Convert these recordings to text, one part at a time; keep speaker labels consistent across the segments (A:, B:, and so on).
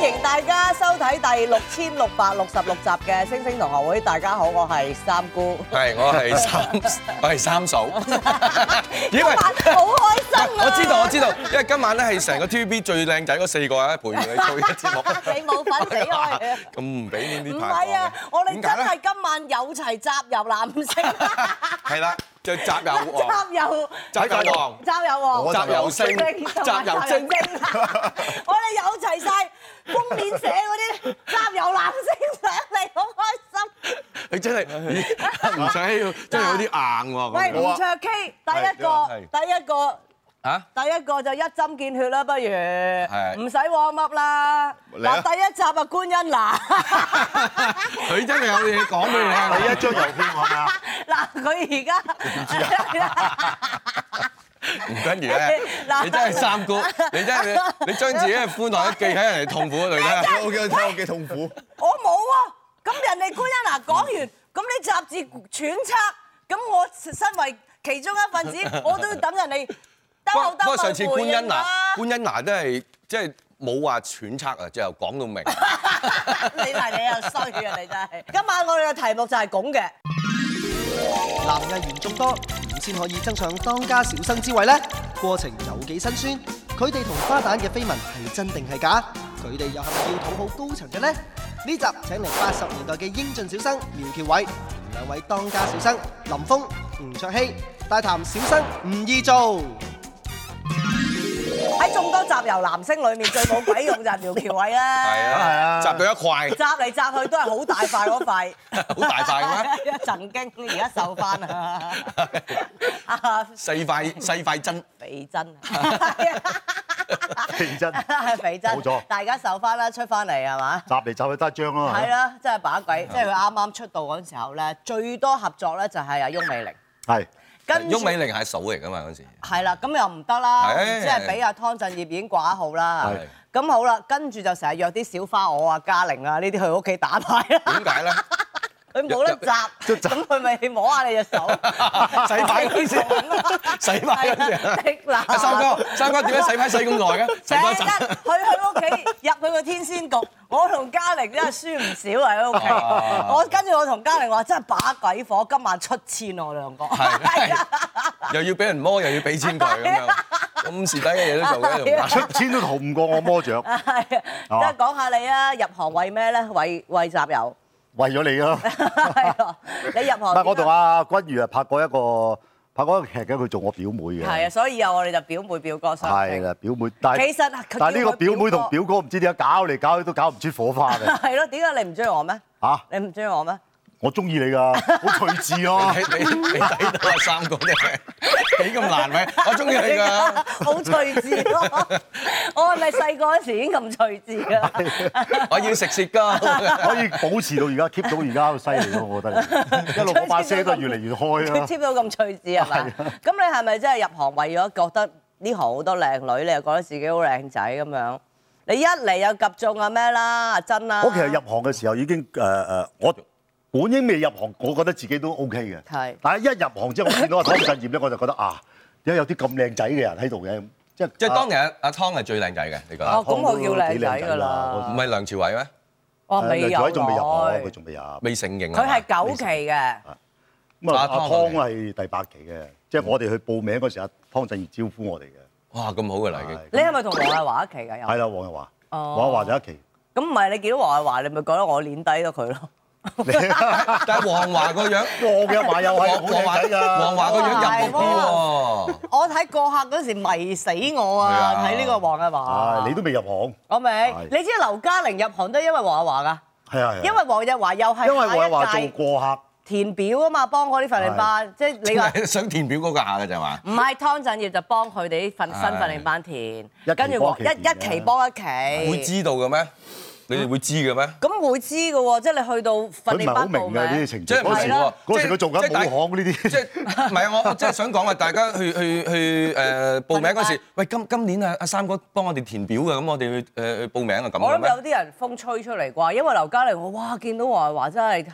A: 迎大家收睇第六千六百六十六集嘅《星星同學會》。大家好，我係三姑。
B: 係，我 係三，我係三嫂。因為
A: 好開心啊！
B: 我知道，我知道，因為今晚咧係成個 TVB 最靚仔嗰四個啊，陪住你做呢個節目。
A: 你冇份死開。
B: 咁唔俾面
A: 唔
B: 啲牌講
A: 係
B: 嘅
A: 啊！我哋
B: 點
A: 真
B: 解咧？
A: 係今晚有齊集遊男星，
B: 係啦，就集
A: 集
B: 郵王，
A: 遊
B: 集郵王，
A: 集遊王，
B: 集郵星，集郵精。
A: 啊 我哋有齊晒封面寫嗰啲集遊男星上嚟，好開心。
B: 你真 係咦唔使，真係有啲硬喎。
A: 喂，
B: 咁樣
A: 吳卓羲第
B: 係
A: 一
B: 點啊
A: 個，
B: 係
A: 第一個，
B: 啊，
A: 第一個就一針見血啦，不如唔使 warm up 啦。
C: 嚟啊
A: 嗱， 第一集啊，官恩娜，
B: 佢真係有嘢講俾 你聽。
C: 一張郵票我啊，
A: 嗱佢而家
B: 唔跟住咧，你真係三姑，你真係你你將自己嘅歡樂寄喺人哋痛苦 嗰度咧。
C: 我見睇我幾痛苦。
A: 我冇啊。咁人哋官恩娜講完，咁你雜誌揣測，咁我身為其中一份子，我都要等人哋兜
B: 不
A: 口
B: 不過
A: 兜
B: 上次
A: 去
B: 官
A: 回
B: 恩
A: 應
B: 娜
A: 啦，。
B: 官恩娜都係即係冇話揣測啊，最後講到明。
A: 你嚟你又衰啊！你真係。今晚我哋嘅題目就係咁嘅。
D: 男藝員眾多，點先可以爭上當家小生之位呢？過程有幾辛酸？佢哋同花旦嘅緋聞係真定係假？佢哋又係咪要討好高層嘅呢？呢集請嚟八十年代嘅英俊小生苗僑偉，同兩位當家小生林峰、吳卓羲，大談小生唔易做。
A: 喺眾多集郵男星裏面，最冇鬼用就係苗僑偉啦。
B: 係
C: 係
B: 啊，
C: 啊
B: 集到一塊，
A: 扎嚟扎去都係好大塊嗰塊，
B: 好大 塊咩？
A: 曾經而家瘦翻啦， 啊
B: 細塊細塊真，
A: 肥真啊，
C: 肥真
A: 肥真，
C: 冇錯
A: 大家瘦翻啦，出翻嚟係嘛？
C: 集嚟集去得一張咯。
A: 係啦，真係把鬼，即係佢啱啱出道嗰陣時候咧，最多合作咧就係阿翁美玲，
C: 係。
A: 跟住
B: 翁美玲係嫂嚟㗎嘛嗰時。
A: 係啦，咁又唔得啦，
B: 係
A: 即係俾阿湯鎮業已經掛號啦
C: 係。
A: 咁好啦，跟住就成日約啲小花我啊、嘉玲啊呢啲去佢屋企打牌啦。
B: 點解咧？
A: 佢冇得閘，咁佢咪摸下你隻手，
B: 洗牌嗰陣時洗牌嗰陣時
A: 哎嗱，
B: 阿三哥，三哥點解洗牌洗咁耐嘅？洗
A: 成
B: 翻
A: 日
B: 集
A: 去佢屋企入佢個天仙局，我同嘉玲真係輸唔少啊喺屋企。
B: 哦
A: 我跟住我同嘉玲話真係把鬼火，今晚出千我兩個。
B: 係又要俾人摸，又要俾錢佢咁樣，咁蝕底嘅嘢都做嘅，
A: 係啊
B: 仲
C: 出千都逃唔過我魔 掌，
A: 係，即
B: 哦
C: 係嘛
A: 係講下你啊！入行為咩咧？為為集郵，
C: 為咗你咯。
A: 係咯，你入
C: 唔
A: 行點啊。
C: 係我同阿君如啊拍過一個拍過一個劇嘅，佢做我表妹嘅。
A: 係啊，所以有我哋就表妹表哥相
C: 係
A: 稱。
C: 啦，表妹。但係
A: 其實佢
C: 但係呢個表妹
A: 叫佢
C: 同
A: 表
C: 表哥唔知點解搞嚟搞去都搞唔出火花 嘅。
A: 係咯，點解你唔中意我咩？
C: 嚇，
A: 你唔中意我咩？
C: 我中意你㗎，好趣致啊 咯。
B: 你你你睇到阿三哥真係幾咁難為，我中意你㗎。
A: 好趣致咯！ 我係咪細個嗰時已經咁趣致㗎啦？
B: 我要食雪糕。
C: 可以保持到而家 keep 到而家好犀利咯，我覺 得。一路我把聲都越嚟越開啊
A: 佢
C: 啦。
A: 貼到咁趣致 係嘛？咁你係咪真係入行為咗覺得呢行好多靚女，你又覺得自己好靚仔咁樣？你一嚟又及中啊咩啦，阿珍啦，
C: 我其實入行嘅時候已經誒誒、呃我本應未入行，我覺得自己都 O K 嘅。
A: 係
C: 但係一入行之後，我見到阿湯鎮業咧，我就覺得啊，點解有啲咁靚仔嘅人喺度嘅？即係
B: 即係當年阿阿湯係最靚仔嘅，你覺
C: 啊
B: 得？
A: 哦咁佢叫靚仔㗎
B: 唔
A: 啦
C: 啊
B: 係梁朝偉咩？
A: 我
C: 啊
A: 未有
C: 梁朝偉仲未入行，
A: 女
C: 佢仲未入。咁
B: 未成型啊
A: 佢
B: 嘛。
A: 係九期嘅，
C: 啊，
B: 阿
C: 阿
B: 湯
C: 湯係第八期嘅，即係我哋去報名嗰時，阿湯鎮業招呼我哋嘅。
B: 哇咁好㗎啦已經。
A: 你係咪同黃日華一期㗎？
C: 係
A: 有
C: 啦，黃日華，
A: 哦
C: 黃日華就一期。
A: 咁唔係你見到黃日華，你咪覺得我攣低咗佢咯？
B: 但係黃華個樣，
C: 黃日華又係好
B: 黃黃華
C: 靚仔㗎。
B: 黃華個樣入目啲喎。
A: 我睇過客嗰時迷死我啊！
B: 係啊
A: 睇呢個黃日華
C: 啊，，你都未入行。
A: 我明
C: 係。
A: 你知劉嘉玲入行都係因為黃日華噶，
C: 係啊，係啊
A: 因為黃日華又係
C: 因為黃日華
A: 下一
C: 做
A: 屆
C: 過客。
A: 填表啊嘛，幫嗰啲訓練班，即係你 話
B: 想填表嗰個下嘅就係嘛？
A: 唔係湯鎮業就幫佢哋啲訓新
B: 係
A: 訓練班填
C: 期，
A: 跟住
C: 幫
A: 黃
C: 一期
A: 一
C: 填
A: 一
C: 嘅
A: 期幫一
B: 會
A: 期。
B: 知道嘅咩？你哋會知嘅咩？
A: 咁會知嘅喎，即係你去到訓
C: 佢唔
A: 練
C: 係好
A: 班
C: 明
A: 報
C: 㗎呢啲
A: 名，
C: 情
B: 即
C: 節。
B: 係唔
C: 嗰
B: 係
C: 時
B: 喎
A: 咯
C: 嗰時佢做緊
B: 即係大
C: 武行呢啲。
B: 即係唔係啊？我我即係想講啊！大家去去去誒報名嗰時，喂今今年啊阿三哥幫我哋填表嘅，咁我哋去誒去報名啊咁
A: 我
B: 嘅
A: 諗
B: 咩
A: 有？啲人風吹出嚟啩，因為劉嘉玲我哇見到黃日華真係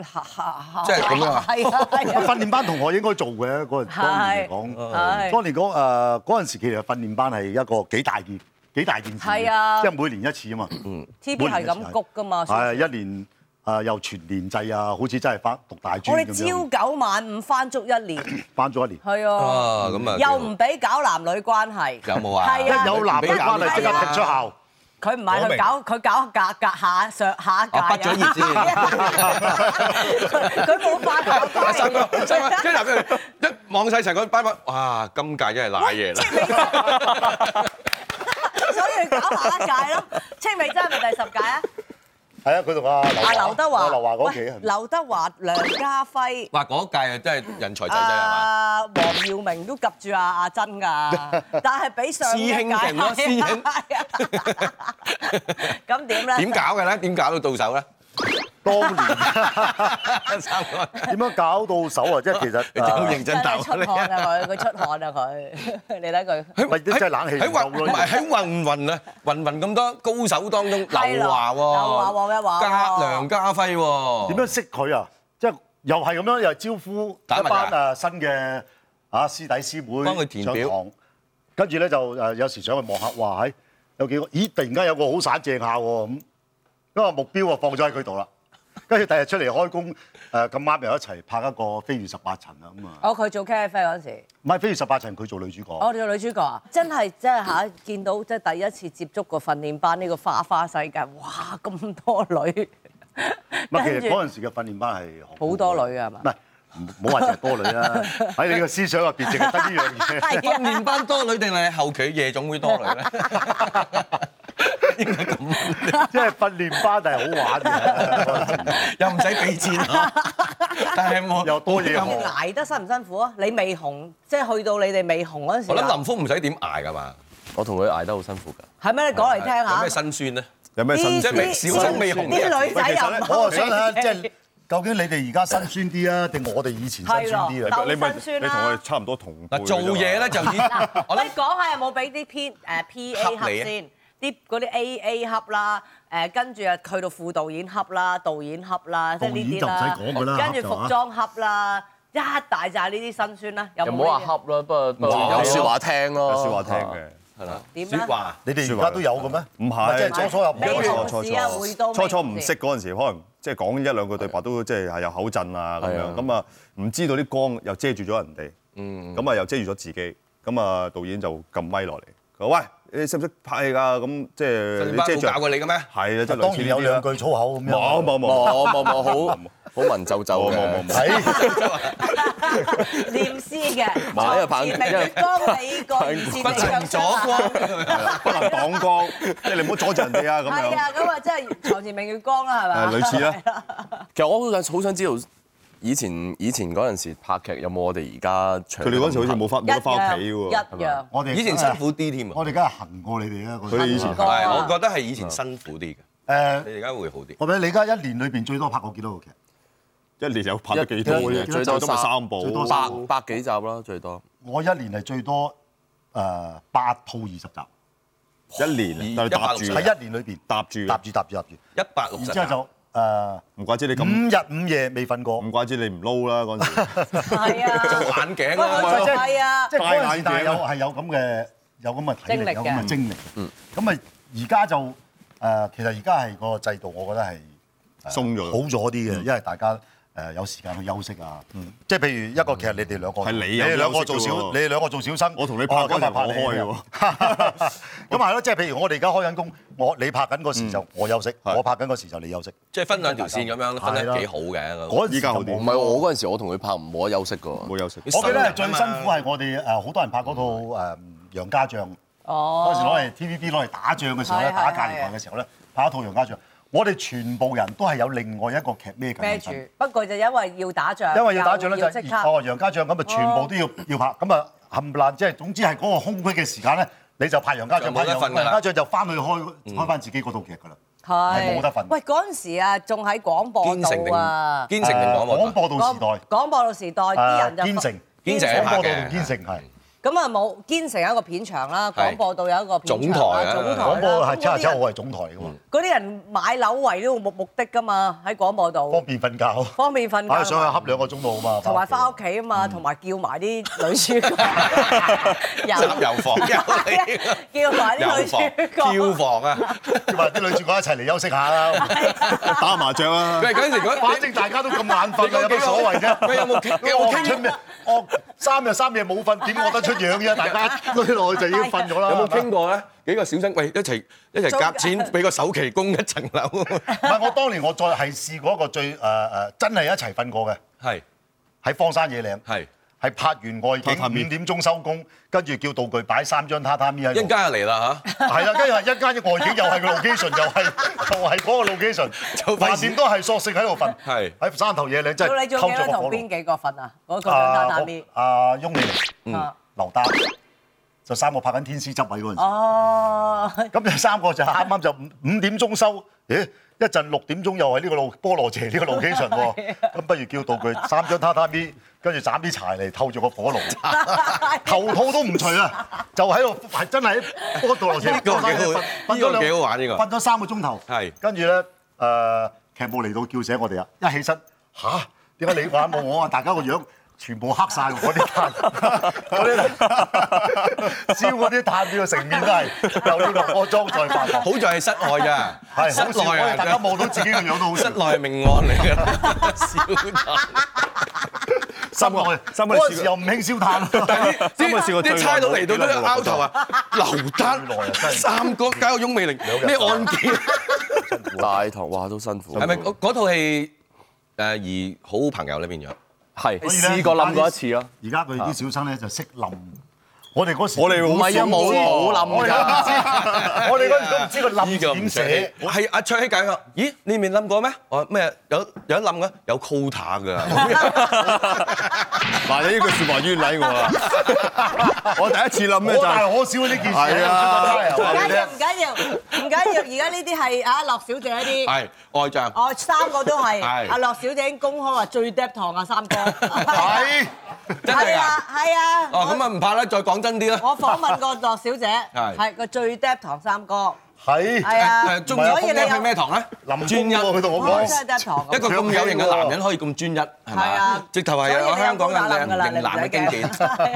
B: 即係咁樣啊
A: 係啊 係啊
C: 訓練班同學應該做嘅嗰陣
A: 係
C: 當年嚟講，
A: 係
C: 當年講誒嗰陣時其實訓練班係一個幾大件幾大件事嘅，
A: 係啊
C: 即係每年一次啊嘛。嗯，
A: TB 係咁谷㗎嘛
C: 係
A: 蘇
C: 一年啊，又全年制啊，好似真係翻讀大
A: 我
C: 專
A: 哋
C: 咁樣，
A: 朝九晚五翻足一年，
C: 翻咗一年。
A: 係啊，
B: 啊，咁啊，
A: 又唔俾搞男女關係，
B: 有冇啊
A: 係啊，
C: 一有男女關係即刻踢出校，
A: 佢唔係去搞，佢搞隔隔下上下一屆
B: 啊畢咗 業先
A: 佢佢冇發搞關係
B: 阿三哥，三哥，跟住男人一望晒成個班班，哇！今屆真係賴嘢啦，
A: 所以搞下一屆咯。青美真係咪第十屆啊？
C: 係啊，佢同阿
A: 阿
C: 劉
A: 劉德華，
C: 阿劉華嗰期
A: 喂
C: 係咪
A: 劉德華、梁家輝。
B: 哇！嗰屆啊真係人才濟濟係嘛？
A: 啊，黃耀明都及住阿阿珍㗎，但係比上一屆
B: 師兄勁咯 師兄
A: 係啊咁點咧？
B: 點搞嘅咧？點搞到到手咧？
C: 當年
B: 三哥，
C: 點樣搞到手啊？即係 其
B: 你真係好
C: 實
B: 認
A: 真
B: 真答
A: 係 出汗啊佢，佢出汗啊 佢，你睇佢。
B: 喺
C: 咪啲真係冷氣唔
B: 喺雲
C: 夠
B: 唔
C: 咯
B: 係喺雲雲啊，雲雲咁多高手當中，劉華喎，
A: 係咯劉華黃日華喎
B: 家梁家輝喎，
C: 點樣識佢啊？即係又係咁樣，又係招呼
B: 打
C: 一
B: 麻雀
C: 班啊新嘅啊師弟師妹
B: 幫佢填表
C: 上堂，跟住咧就誒有時上去望下，哇！喺哎有幾個，咦！突然間有個好散正下喎咁，因為目標啊放咗喺佢度啦。跟住第日出嚟開工，誒咁啱又一齊拍一個《飛越十八層》啊咁啊，
A: 哦，佢做 KFC 嗰時，
C: 唔係《飛越十八層》佢做女主角，
A: 我做女主角啊，真係即係嚇見到即係第一次接觸個訓練班呢個花花世界，哇咁多女，
C: 唔係其
A: 跟
C: 實
A: 住
C: 嗰陣時嘅訓練班係
A: 好多女啊係嘛
C: 唔係唔好話淨係多女啦， 喺你個思想入邊淨係得呢樣嘢。
A: 係啊
B: 訓練班多女定係後期夜總會多女 咧？應該咁，
C: 即係訓練班係好玩嘅，
B: 又唔使俾錢啊！但係冇
C: 又多嘢
A: 你
C: 學。
A: 捱得辛唔辛苦啊？你未紅，即係去到你哋未紅嗰陣時
B: 我諗
A: 啊，
B: 林峰唔使點捱㗎嘛，
E: 我同佢捱得好辛苦㗎。
A: 係咩？你講嚟聽
B: 有
A: 下。
B: 咩辛酸咧？
E: 有咩辛
B: 即係
E: 酸？
B: 未小生未紅嘅
A: 啲
B: 人，
A: 女
C: 喂
A: 仔
C: 其
A: 又
C: 實
A: 唔
C: 咧，
A: 好
C: 我就想
A: 俾
C: 睇即係
A: 你
C: 究竟你哋而家辛酸啲啊，定我哋以前辛酸啲
A: 係
C: 啊？
A: 咯
F: 你咪
A: 鬥辛酸啦
F: 你同我哋差唔多同輩
B: 嗱做嘢咧就以我
A: 我
B: 諗
A: 哋講下有冇俾啲 P 誒 PA
B: 恰你
A: 恰
B: 啊
A: 先，啲嗰啲 AA 恰啦，誒跟住啊去到副導演恰啦、導演恰啦，即係呢啲啦
C: 導演就唔使講㗎啦，
A: 跟住服裝恰啦，一大扎呢啲辛酸啦，有
E: 又唔好
A: 冇
E: 話
A: 呢
E: 恰啦，不過不過
F: 哇
E: 啊有説話聽咯，
F: 有説話聽嘅，
A: 啲點
B: 説
A: 咧？
B: 話。
C: 你哋而家都有嘅咩？
F: 唔係
C: 即係初初入
A: 你
F: 錯
C: 冇
F: 錯
A: 同
F: 錯
A: 事啊，
F: 錯
A: 回到
F: 初初唔識嗰陣時，可能即係講一兩句對白都即係係有口震啊咁
E: 係
F: 樣，
E: 啊
F: 咁啊唔知道啲光又遮住咗人哋，咁啊又遮住咗自己，咁啊導演就撳咪落嚟，佢話喂你識唔識拍戲㗎？咁即係
B: 訓練
F: 你
B: 班
F: 遮
B: 冇
F: 住人
B: 搞過你嘅咩？
F: 係啦，即係類
C: 當
F: 似
C: 然
F: 呢
C: 有
F: 啲啦啊
C: 兩句粗口咁樣。
F: 冇冇冇
E: 冇啊冇冇好好文縐縐
F: 冇
E: 嘅。
F: 冇冇冇。
C: 係
A: 念詩嘅，
E: 唔係因為棒
A: 明月光你個以前
B: 不曾左光，
F: 不能擋光，即係你唔好阻住人哋啊咁
A: 係
F: 樣。
A: 啊，咁啊真係床前明月光啦，係
F: 誒
A: 咪？
F: 類似啦，
E: 其實我好想好想知道以前以前嗰陣時拍劇有冇我哋而家長
F: 佢哋嗰陣時好似冇翻冇
A: 一
F: 得翻屋
A: 樣，
F: 企喎。
A: 一樣。
C: 我哋
B: 以前辛，苦啲添啊
C: 我！哋梗係行過你哋啦。嗰陣
F: 佢哋以前
A: 啊
B: 係，我覺得係以前辛苦啲嘅，你
C: 誒，
B: 哋而家會好啲。
C: 我俾你而家一年裏邊最多拍過幾多個劇？
F: 一年有拍咗幾
E: 一年
F: 多？
E: 最多
F: 咪三部，
C: 最多三
E: 百百幾集啦，最多。
C: 我一年係最多誒八套二十集，
F: 一年，啊但係搭住
B: 一百六十
C: 喺一年裏邊
F: 啊搭住啊
C: 搭住搭住搭住，
B: 一百六
C: 然
B: 十
C: 之後就誒
F: 唔怪之你咁，
C: 五日五夜未瞓過。
F: 唔怪之你唔撈啦嗰陣時。
A: 係啊，
B: 眼鏡
A: 不過
B: 啦，
A: 就係啊
C: 即。係嗰陣時
F: 戴眼鏡
C: 但係有係有咁嘅有咁嘅體
A: 精力
C: 力，
A: 嘅
C: 有咁嘅精力嘅。咁咪而家就誒，呃其實而家係個制度，我覺得係誒
F: 鬆咗
C: 好咗啲嘅，
F: 嗯
C: 因為大家誒有時間去休息啊。即係譬如一個劇，你哋兩個
F: 係你
C: 你
F: 有
C: 哋兩個
F: 休息
C: 做
F: 嘅喎
C: 小，你哋兩個做小生，
F: 我同你拍嗰陣
C: 今日拍
F: 我開嘅
C: 喎。 咁係咯，即係譬如我哋而家開緊工，我你拍緊嗰時
F: 嗯
C: 就我休息，我拍緊嗰時就你休息。
B: 即係分兩條線咁樣，分得幾好嘅。
C: 嗰陣時
F: 依家好
C: 就冇
F: 啲
E: 唔係我嗰陣時，我同佢拍冇得休息㗎喎。
F: 冇休息，
C: 我記得係最辛苦係我哋呃誒好多人拍嗰套誒《楊家將》。
A: 哦
C: 嗰陣時攞嚟 TVB 攞嚟打仗嘅時候咧，
A: 係係
C: 打隔離台嘅時候咧，拍一套楊家將，我哋全部人都係有另外一個劇
A: 孭
C: 孭緊
A: 住
C: 身，，
A: 不過就因為要打仗，
C: 因為要打仗咧
A: 又
C: 就
A: 要即
C: 係
A: 刻
C: 哦楊家將咁啊，全部都要要拍，咁啊冚唪唥即係總之係嗰個空隙嘅時間咧，你就拍楊家將，
B: 就冇得
C: 拍楊
B: 瞓㗎啦嗯
C: 楊家將就翻去開開翻自己嗰套劇㗎啦，係冇得瞓。
A: 喂，嗰陣時啊，仲喺廣播
B: 堅城定
A: 道啊，
B: 堅城定廣播
C: 廣播道時代啊
A: 廣廣播道時代啲人就
C: 誒堅城
B: 堅城
C: 廣
B: 拍
C: 播道
B: 嘅
C: 同堅城係
A: 咁啊冇堅城有一個片場啦，
B: 係
A: 廣播道有一個片場
B: 總台
A: 啦，
B: 啊
A: 總台啦
C: 廣播
A: 咁
C: 係七
A: 嗰
C: 廿
A: 啲
C: 七號
A: 人
C: 係總台嚟㗎
B: 嗯
C: 嘛，
A: 嗰啲人買樓為呢個目目的㗎嘛，喺廣播道
C: 方便瞓覺，
A: 方便瞓覺
C: 唉，想
A: 啊
C: 去
A: 嘛。
C: 恰兩個鐘度啊嘛，
A: 同埋翻
C: 返
A: 屋企啊嘛，同埋叫埋啲女主 角，
B: 集
A: 有
B: 郵房 有你，
A: 叫埋啲女
B: 郵
A: 主
B: 房、
A: 角
B: 票，房 啊！
C: 屋企 叫埋啲女主角一齊嚟休息下啦。
F: 打麻雀 啊
B: 喂，！嗰陣時嗰
C: 反正大家都咁眼
B: 你
C: 瞓，有乜所謂 啫？
B: 喂，有冇 傾？有冇
C: 我
B: 傾
C: 出咩？我三日三夜冇瞓，點我得出樣啫？ 大家堆落去就已經瞓咗啦。
B: 有冇
C: 係咪
B: 傾過咧？幾個小生喂一齊一齊夾錢俾個首期供一層 樓，
C: 唔係，我當年我再係試過一個最誒誒、呃真係一齊瞓過嘅，
B: 係
C: 喺荒山野嶺，
B: 係
C: 係拍完外景
F: 榻榻米
C: 五點鐘收工，跟住叫道具擺三張榻榻米喺
B: 一陣間
C: 度，
B: 就嚟啦嚇。
C: 係啦，跟住係一間嘅外景又係個 location，又 係又係嗰個 location，
B: 就費
C: 飯
B: 事
C: 店都係索性喺度瞓，
B: 係
C: 喺山頭野嶺真
A: 咁
C: 係
A: 你仲
C: 偷
A: 記
C: 咗
A: 得
C: 個火
A: 同
C: 爐
A: 邊。幾個瞓啊？嗰個
C: 啊
A: 張榻榻米
C: 我。啊，翁美玲、
A: 啊
C: 劉丹，就三個拍緊天師執位嗰陣時。
A: 哦，
C: 咁就三個就啱啱就五五點鐘收，咦？一陣六點鐘又係呢個路菠蘿斜呢個 location
B: 啊
C: 喎，咁不如叫道具三張榻榻米，跟住斬啲柴嚟透住個火爐， 頭套都唔除啊，就喺度係真係喺菠蘿斜
B: 呢個幾好
C: 瞓咗
B: 呢個幾
C: 兩
B: 好玩呢個
C: 瞓咗三個鐘頭，
B: 係
C: 跟住咧誒劇務嚟到叫醒我哋啊，一起身吓，點解你玩冇我啊？大家個樣。全部黑晒喎！嗰啲炭，嗰啲炭燒嗰啲炭，呢個成面都係由呢個我裝再發
B: 好在係室外咋，
C: 係
B: 室
C: 好笑，
B: 內
C: 我
B: 啊，
C: 哋大家望到自己嘅樣都好
B: 室
C: 笑。
B: 內係命案嚟㗎，笑慘
C: 心內，
F: 心內
C: 嗰陣時又唔興燒炭，
F: 今日試
B: 啲
F: 過最耐
B: 啲差佬嚟到都
F: 幾耐啊
B: 拗頭啊，劉丹
C: 最耐啊真係
B: 三哥加個翁美玲咩案件？
E: 大堂哇都辛苦，
B: 係咪嗰嗰套戲誒而好好朋友咧變咗？
E: 係
C: 所以咧
E: 試過冧過一次咯？
C: 而家佢啲小生咧就識冧。我哋嗰時
F: 我哋
E: 唔係啊，冇冇冧㗎。
C: 我哋嗰陣時都唔知個冧
B: 呢
C: 字
B: 個唔
C: 點
B: 寫
C: 寫，，
B: 係阿卓希解話：咦，你面冧過咩？我話咩有有得冧嘅，有 quota 㗎。
F: 嗱，你呢句説話冤禮 我啦！我第一次諗咧
C: 可
F: 就
C: 大
F: 係
C: 可小呢件事。
F: 係啊
C: 真
A: 唔
C: 係
A: 緊要，唔緊要，唔緊要。而家呢啲係啊，樂小姐呢啲，
B: 係外站，
A: 我三個都係。
B: 係
A: 阿樂小姐已經公開話最 d e 堂啊，三哥。à,
C: 係
B: 真係
A: 係
B: 㗎。
A: 啊，係啊。
B: 哦，咁啊唔怕啦，再講真啲啦。
A: 我我訪問過樂小姐，
B: 係
A: 係個最 d e 堂三哥。係
C: 係
A: 啊
B: 誒，中意
A: 所以
B: 封
A: 你
B: 咧
A: 有
B: 去咩堂咧？
C: 林
B: 專
C: 專
B: 一
C: 一，佢同我
A: 我真
C: 講
A: 係 d e 堂咁。
B: 一個咁有型嘅男人可以咁專一，係
A: 係
B: 嘛
A: 啊？
B: 直頭係
A: 所以你
B: 有
A: 有
B: 香港
A: 高打冧㗎啦
B: 嘅型男嘅經典。
A: 你唔使驚係啊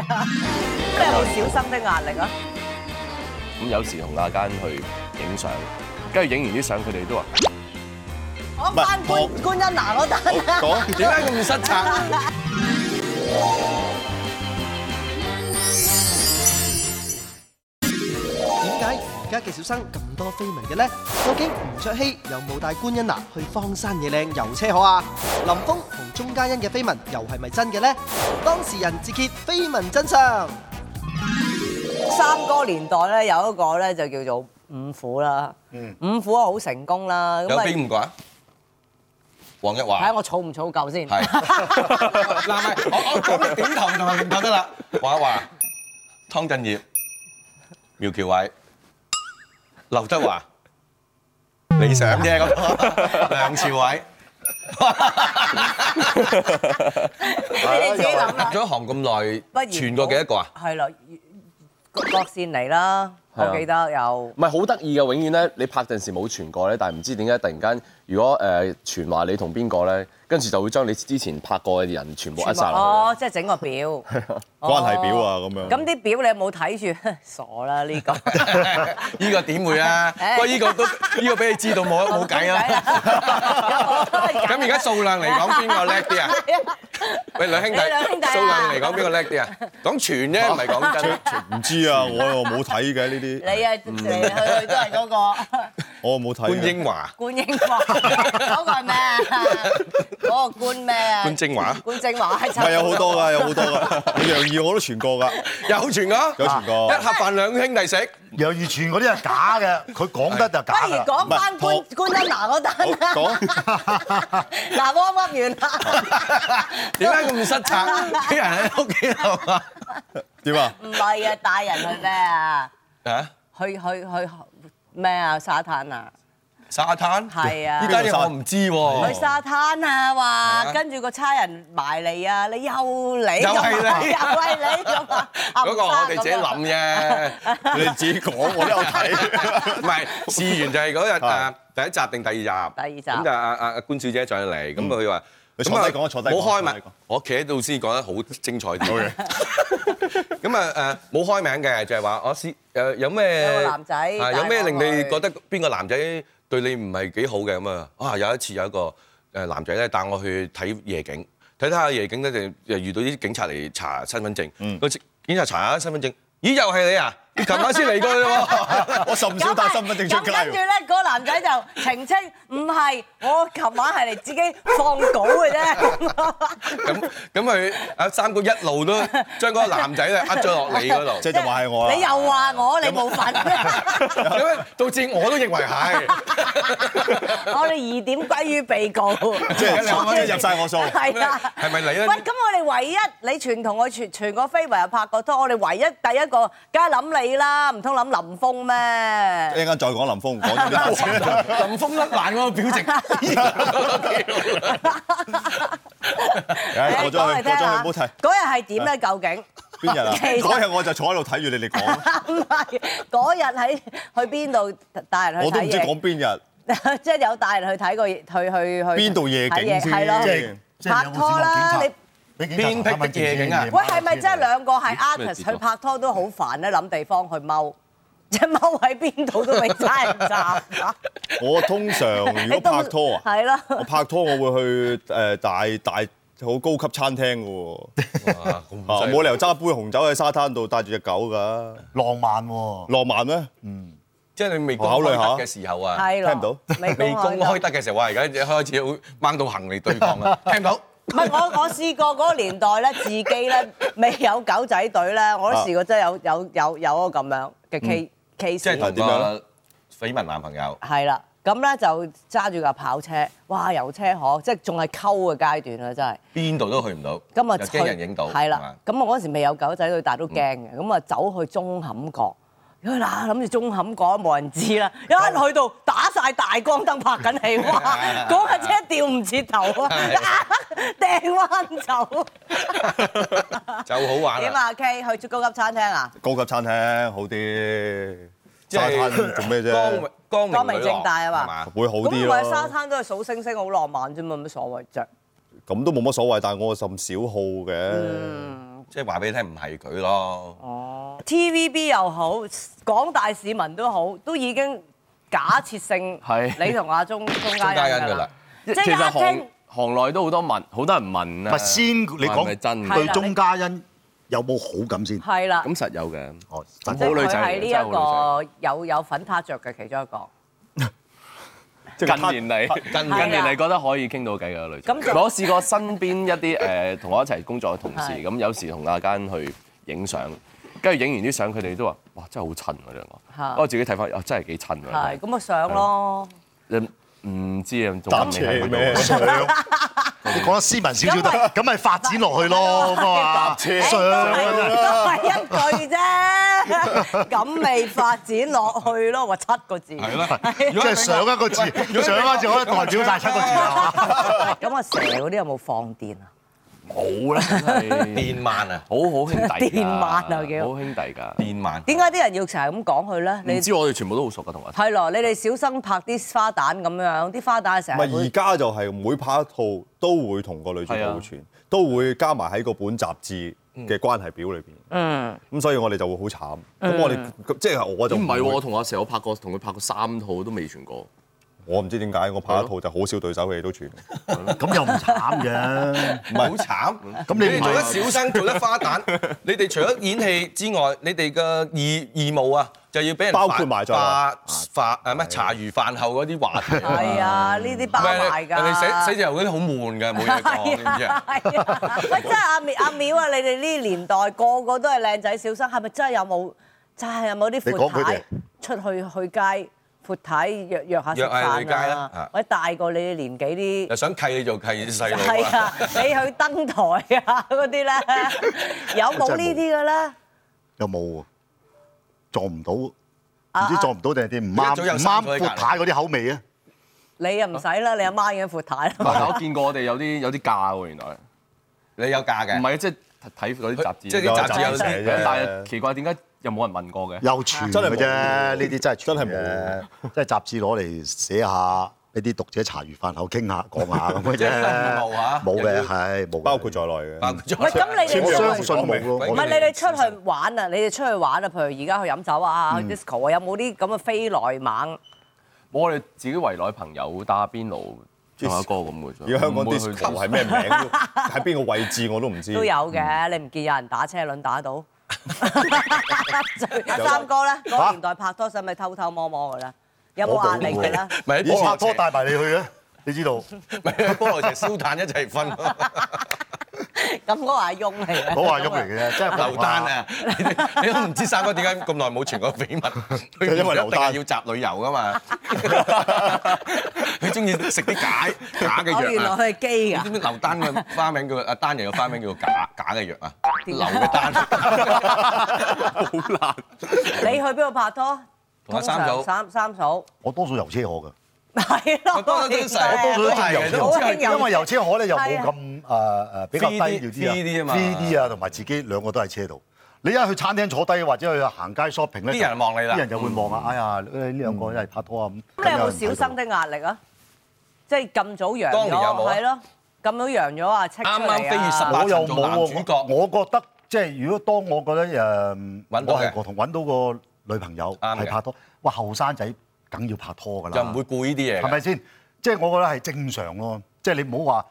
A: 咁你有冇小生的壓力啊？
E: 咁有時同阿間去影相，跟住影完啲相，佢哋都話
A: 我翻官
F: 我
A: 官恩娜嗰單啊。
F: 講
B: 點解咁失策？
D: 點解而家嘅小生咁多緋聞嘅呢？究竟吳卓羲有冇帶官恩娜去荒山野嶺遊車河啊？林峯同鐘嘉欣嘅緋聞又係咪真嘅呢？當事人自揭緋聞真相。
A: 三哥年代咧有一個咧就叫做五虎啦，五虎啊好成功啦，咁
B: 有
A: 啊
B: 邊五個啊？黃日
A: 睇下
B: 華
A: 我儲唔儲夠先。
B: 係。嗱，咪我我講點頭同埋唔頭得啦。黃日華、湯鎮業、苗僑偉、劉德華、理想啫咁多，梁朝偉。
A: 你哋自己諗
B: 入
A: 啦。
B: 咗行咁
A: 不
B: 耐，
A: 如
B: 傳過幾多個 啊？
A: 係啦，郭善嚟啦，
E: 係啊
A: 我記得有。
E: 唔係好得意嘅，永遠咧你拍陣時冇傳過咧，但係唔知點解突然間如果誒、呃、傳話你同邊個咧，跟住就會將你之前拍過嘅人全部扼殺落
A: 哦，即係整個表，關
F: 關係表啊咁樣
A: 咁啲表你有冇睇住？傻啦呢個，
B: 呢個點會啊？不過呢個都呢個俾你知道
A: Ờ,
B: 冇冇計啦。哦咁而家數量嚟講，邊個叻 啲啊？喂，兩兄弟
A: 你兩兄弟，啊哦
B: 數量嚟講邊個叻啲啊？講傳啫，唔係講真。
F: 唔知啊，我又冇睇嘅呢 啲，
A: 你啊嚟去去都係嗰個。
F: 我又冇睇
B: 官
F: 嘅。
B: 英華，
A: 官英華嗰個係咩啊？嗰個官咩啊？
B: 官精華
A: 官精華係
F: 唔係有好多㗎，有好多㗎。楊怡我都傳過㗎，
B: 有傳㗎，
F: 有傳過
B: 一盒飯兩兄弟食，
C: 楊玉全嗰啲係假嘅，佢講得就假
A: 不如
C: 㗎。
A: 講翻官
F: 唔係
A: 官恩娜嗰單啦。
F: 好
A: 嗱，warm up 完 啦。
B: 點解 咁失策？啲人喺屋企係嘛？
F: 點啊？
A: 唔係啊，帶人去咩啊？
B: 啊？
A: 去去去咩啊？沙灘啊？
B: 沙灘
A: 係啊
B: 呢單嘢我唔知喎。
A: 去沙灘啊，話
B: 啊
A: 跟住個差人埋嚟啊，你又嚟，
B: 又係你
A: 又係你咁啊！
B: 嗰個我哋自己 諗啫，
F: 你哋自己講，我都有睇。
B: 唔係試完就係嗰日誒第一集定第二集？
A: 第二集
B: 咁就阿阿阿官小姐上嚟，咁佢話。
F: 嗯你
B: 咁啊
F: 坐低講啊坐低講
B: 冇開
F: 坐低
B: 名
F: 講，
B: 我企喺度先講得好精彩啲。 咁啊誒冇開名嘅，就係話我試誒有咩
A: 有個男仔
B: 啊有咩
A: 帶我
B: 令你
A: 去
B: 覺得邊個男仔對你唔係幾好嘅咁啊？啊有一次有一個誒男仔咧帶我去睇夜景，睇睇下夜景咧就就遇到啲警察嚟查身份證，
F: 嗯
B: 個警察查下身份證，咦又係你啊？你琴晚先嚟過嘅喎。
F: 我甚少帶身份證出街
A: 咁跟住
F: 喎。
A: 咧，嗰個男仔就澄清，唔係，我琴晚係嚟自己放稿嘅啫。
B: 咁咁佢阿三哥一路都將嗰個男仔咧呃咗落你嗰度。
F: 即係就話係我啦。
A: 你又話我，你冇 份。
B: 咁樣導致我都認為係，
A: 我哋疑點歸於被告。
F: 即係即係入晒我數。
A: 係啊。
B: 係咪你
A: 喂，
B: 咧？
A: 咁我哋唯一你全同我全全個飛圍又拍過拖，我哋唯一第一個梗係諗你啦，唔通諗林峰
F: 一
A: 咩？
F: 陣間再講林峰，講咗呢單先。
B: 林峰甩爛嗰個表情，
F: 唉過咗去，過咗去，唔好提。
A: 嗰日係點咧？究竟？
F: 邊日啊？
A: 其實
F: 嗰日我就坐喺度睇住你 哋講，
A: 唔係嗰日喺去邊度帶人去
F: 我都
A: 睇
F: 唔知講邊日。
A: 嘢， 即係有帶人去睇過去去去
F: 邊度夜景先
A: 睇嘢係咯
F: 即
A: 係
F: 係
A: 拍拖啦，你
B: 邊僻嘅夜景啊
A: 喂係咪真係兩個係 artist
E: 節目
A: 去拍拖都好煩咧？諗地方去踎，即係踎喺邊度都俾差人炸。
F: 我通常如果拍拖啊，
A: 啊係啦，
F: 我拍拖我會去誒大大好高級餐廳嘅喎，啊冇理由揸杯紅酒喺沙灘度帶住只狗㗎，浪漫咩？
B: 即係你未
F: 考
B: 公開
F: 慮下
B: 得嘅時候啊，
A: 係咯，
F: 聽唔到
A: 未
B: 未公開得嘅時候，我而家一開始會掹到行嚟對方啦，聽唔到？
A: 唔係我我試過嗰個年代咧，自己咧未有狗仔隊咧，我都試過真係有有有有個咁樣嘅
F: 嗯
A: case case。
B: 即係同
F: 點樣
B: 個緋聞男朋友，
A: 係啦，咁咧就揸住架跑車，哇遊車河，即係仲係溝嘅階段啊啦，真係。
B: 邊度都去唔到，
A: 咁啊
B: 又驚人影到，
A: 係
B: 嘛
A: 啦。咁啊我嗰時未有狗仔隊，但係都驚嘅。咁啊走去中冚角，嗱諗住中冚角都冇人知啦，一去到打晒大光燈拍緊戲，哇！嗰架車掉唔切頭啊，掟彎走。
B: 就好玩
A: 點
B: 啦。
A: 啊？K 去高級餐廳啊？
F: 高級餐廳好啲，
B: 即
F: 沙
B: 係
F: 灘做咩
B: 光
F: 啫？
B: 明
A: 光
B: 光
A: 明
B: 明
A: 正大啊嘛
B: 女郎係
F: 會好
A: 咁
F: 啲
A: 唔係沙
F: 咯。
A: 灘都係數星星，好浪漫啫嘛，有乜所謂啫？
F: 咁都冇乜所謂，但係我甚少好嘅。
A: 嗯
B: 即係話俾你聽唔係佢咯。
A: TVB 又好，廣大市民都好，都已經假設性
E: 係
A: 你同阿鐘鐘
B: 中
A: 嘉
B: 間
A: 欣
B: 人
A: 㗎
B: 㗎
A: 啦
B: 啦，，
A: 即
E: 其
A: 係
E: 實
A: 一
E: 行
A: 聽
E: 行內都好多問，好多人問啊。係咪真嘅？
A: 係啦。係啦，
E: 咁實有嘅。
A: 即係
E: 好
A: 佢
E: 女仔嚟
A: 係呢
E: 真係
A: 一
E: 好
A: 個有有粉撻着嘅其中一個。
E: 近年嚟，近
A: 係啊
E: 年嚟覺得可以傾到偈嘅女仔。
A: 咁就
E: 我試過身邊一啲誒同我一齊工作嘅同事，
A: 係
E: 咁有時同阿間去影相，跟住影完啲相，佢哋都話：哇，真係好襯㗎兩
A: 嚇
E: 個。我自己睇翻，啊，真係幾襯
A: 係
E: 㗎。
A: 咁啊上咯，
E: 你唔知啊，仲
F: 搭
E: 問你
F: 車
E: 係咪
F: 咩
E: 我？？
A: 因為-
C: à?
A: 誒都
E: 啊
A: 係都係一句啫， 咁咪發展落去咯，話七個字。
B: 係啦，如果係俾如果係俾我-
C: Dạ.
A: 咁啊蛇嗰啲有冇放電啊？
E: 冇啦，真
B: 我
E: 係
B: 電慢啊，
E: 好好兄弟㗎。
A: 電慢啊叫
E: 好兄弟㗎。
B: 電慢。
A: 點解啲人要成日咁講佢咧？你
E: 唔知我哋全部都好熟㗎，同我。
A: 係咯，你哋小生拍啲花旦咁樣，啲花旦成
F: 唔
A: 日
F: 係而
A: 會
F: 家就係每拍一套都會同個女主
E: 啊
F: 角好串，都會加埋喺個本雜誌嘅關係表裏邊。
A: 嗯
F: 咁所以我哋就會好慘。咁我哋即係我就
E: 嗯咦唔係喎，
F: 會
E: 我同阿蛇我拍過，同佢拍過三套都未傳過。
F: 我唔知點解我拍一套就好少對手戲都全。
B: 好慘！咁你哋做咗小生，做得花旦，你哋除咗演戲之外，你哋嘅義義務啊，就要俾人
F: 包括埋在內
B: 飯飯啊誒咩茶餘飯後嗰啲話題。
A: 係啊，呢啲 包埋㗎。
B: 人哋寫寫字樓嗰啲好悶㗎，冇嘢講，知唔知
A: 係啊
B: 啊？
A: 係啊喂，真係阿苗阿苗啊！你哋呢年代個個都係靚仔小生，係咪真係有冇？真係有冇啲
F: 你
A: 闊
F: 講佢
A: 太
F: 哋
A: 出去去街闊太約約下食
B: 約下去街
A: 飯
B: 啦
A: 啊
B: 啊？
A: 或者大過你哋年紀啲
B: 又。想契你做契細
A: 係
B: 路啊！
A: 啊，你去登台啊嗰啲咧，有冇呢啲嘅咧？啊，啊。
C: 啊
B: 一早有三個喺隔離。
A: 你又唔使啦，你阿媽已經闊太
E: 但
A: 啦。
E: 係我見過我哋有啲有啲價喎，原來
B: 你有價嘅
E: 唔，係即係睇嗰啲雜誌，
B: 即係啲雜誌有
E: 有
B: 啲
E: 但係奇怪點解又冇人問過嘅？
C: 有傳
F: 真係
C: 嘅
F: 冇
C: 啫，呢啲真係
F: 真係冇
C: 冇，即係雜誌攞嚟寫下俾啲讀者茶餘飯後傾下講 下咁嘅
B: 即係
C: 啫，
B: 冇啊
C: 冇嘅係冇嘅，
F: 包括在內嘅。
B: 包括咗。
A: 喂咁你哋
C: 我
A: 我
C: 相信冇咯，
B: 喂
A: 唔
C: 我
A: 係你哋出去玩啊！你哋出去玩啊，譬如而家去飲酒啊、去 disco 啊，有冇啲咁嘅飛來猛？
E: 我哋自己圍內朋友打邊爐唱下歌咁嘅啫。
F: 而家香港
E: 唔會去
F: disco 係咩名都？喺邊個位置我都唔知。
A: 都有嘅，你唔見有人打車輪 打到？三哥咧，嗰個年代拍拖使咪偷偷摸摸嘅咧？有冇壓力 嘅咧？
B: 咪喺
C: 以前
B: 菠
C: 拍
B: 蘿車，
C: 拖帶埋你去嘅，你知道？
B: 咪喺菠蘿車燒炭一齊瞓。
A: 咁嗰個阿翁嚟嘅，
C: 我話喐嚟 嘅啫，真係
B: 劉丹！ 啊，你哋你都唔知三哥點解咁耐冇傳過緋聞，佢
F: 因為劉丹
B: 一定係要集旅遊噶嘛， 佢中意食 啲假假
A: 哦，
B: 嘅
A: 原
B: 藥
A: 來
B: 啊。
A: 佢係基
B: 你
A: 㗎
B: 知唔。知劉丹嘅花名叫阿丹，又有花名叫假 假嘅藥啊？
A: 點
B: 劉
A: 解
B: 嘅丹，
E: 好難。
A: 你去邊度拍拖？
B: 同阿三嫂
A: 通常三三嫂
C: 我多數遊車河嘅，
A: 係咯，
B: 我多數都
A: 其實
B: 成日
C: 多數都
B: 都係
C: 遊
B: 嘅
C: 車
B: 都
A: 好
B: 知
A: 興啊
B: 係
A: 遊
C: 河，因為遊車河咧又冇咁誒誒比較低
B: 3D
C: 調啲啊
B: 3D 啊嘛
C: 3D 啊同埋自己兩個都喺車度。你一去餐廳坐低或者去行街 shopping 咧，
B: 啲人望你啦嗯
C: 啲人就會望啊，哎呀呢兩個真係拍拖啊咁。
A: 咁你有冇小生的壓力啊？即係咁早揚
B: 當
A: 咗，
B: 年有冇啊
A: 係咯，咁早揚咗啊，戚出嚟啊
B: 啱啱飛越十八
C: 我
B: 層
C: 又
B: 做
C: 冇
B: 男主角
C: 喎，我覺得即係如果當我覺得誒，
B: 揾到嘅
C: 我係我同揾到個女朋友
B: 啱嘅
C: 係拍拖，哇後生仔梗要拍拖㗎啦，
B: 就唔會顧呢啲嘢
C: 係咪
B: 嘅。
C: 先？即係我覺得係正常咯，即係你唔好話，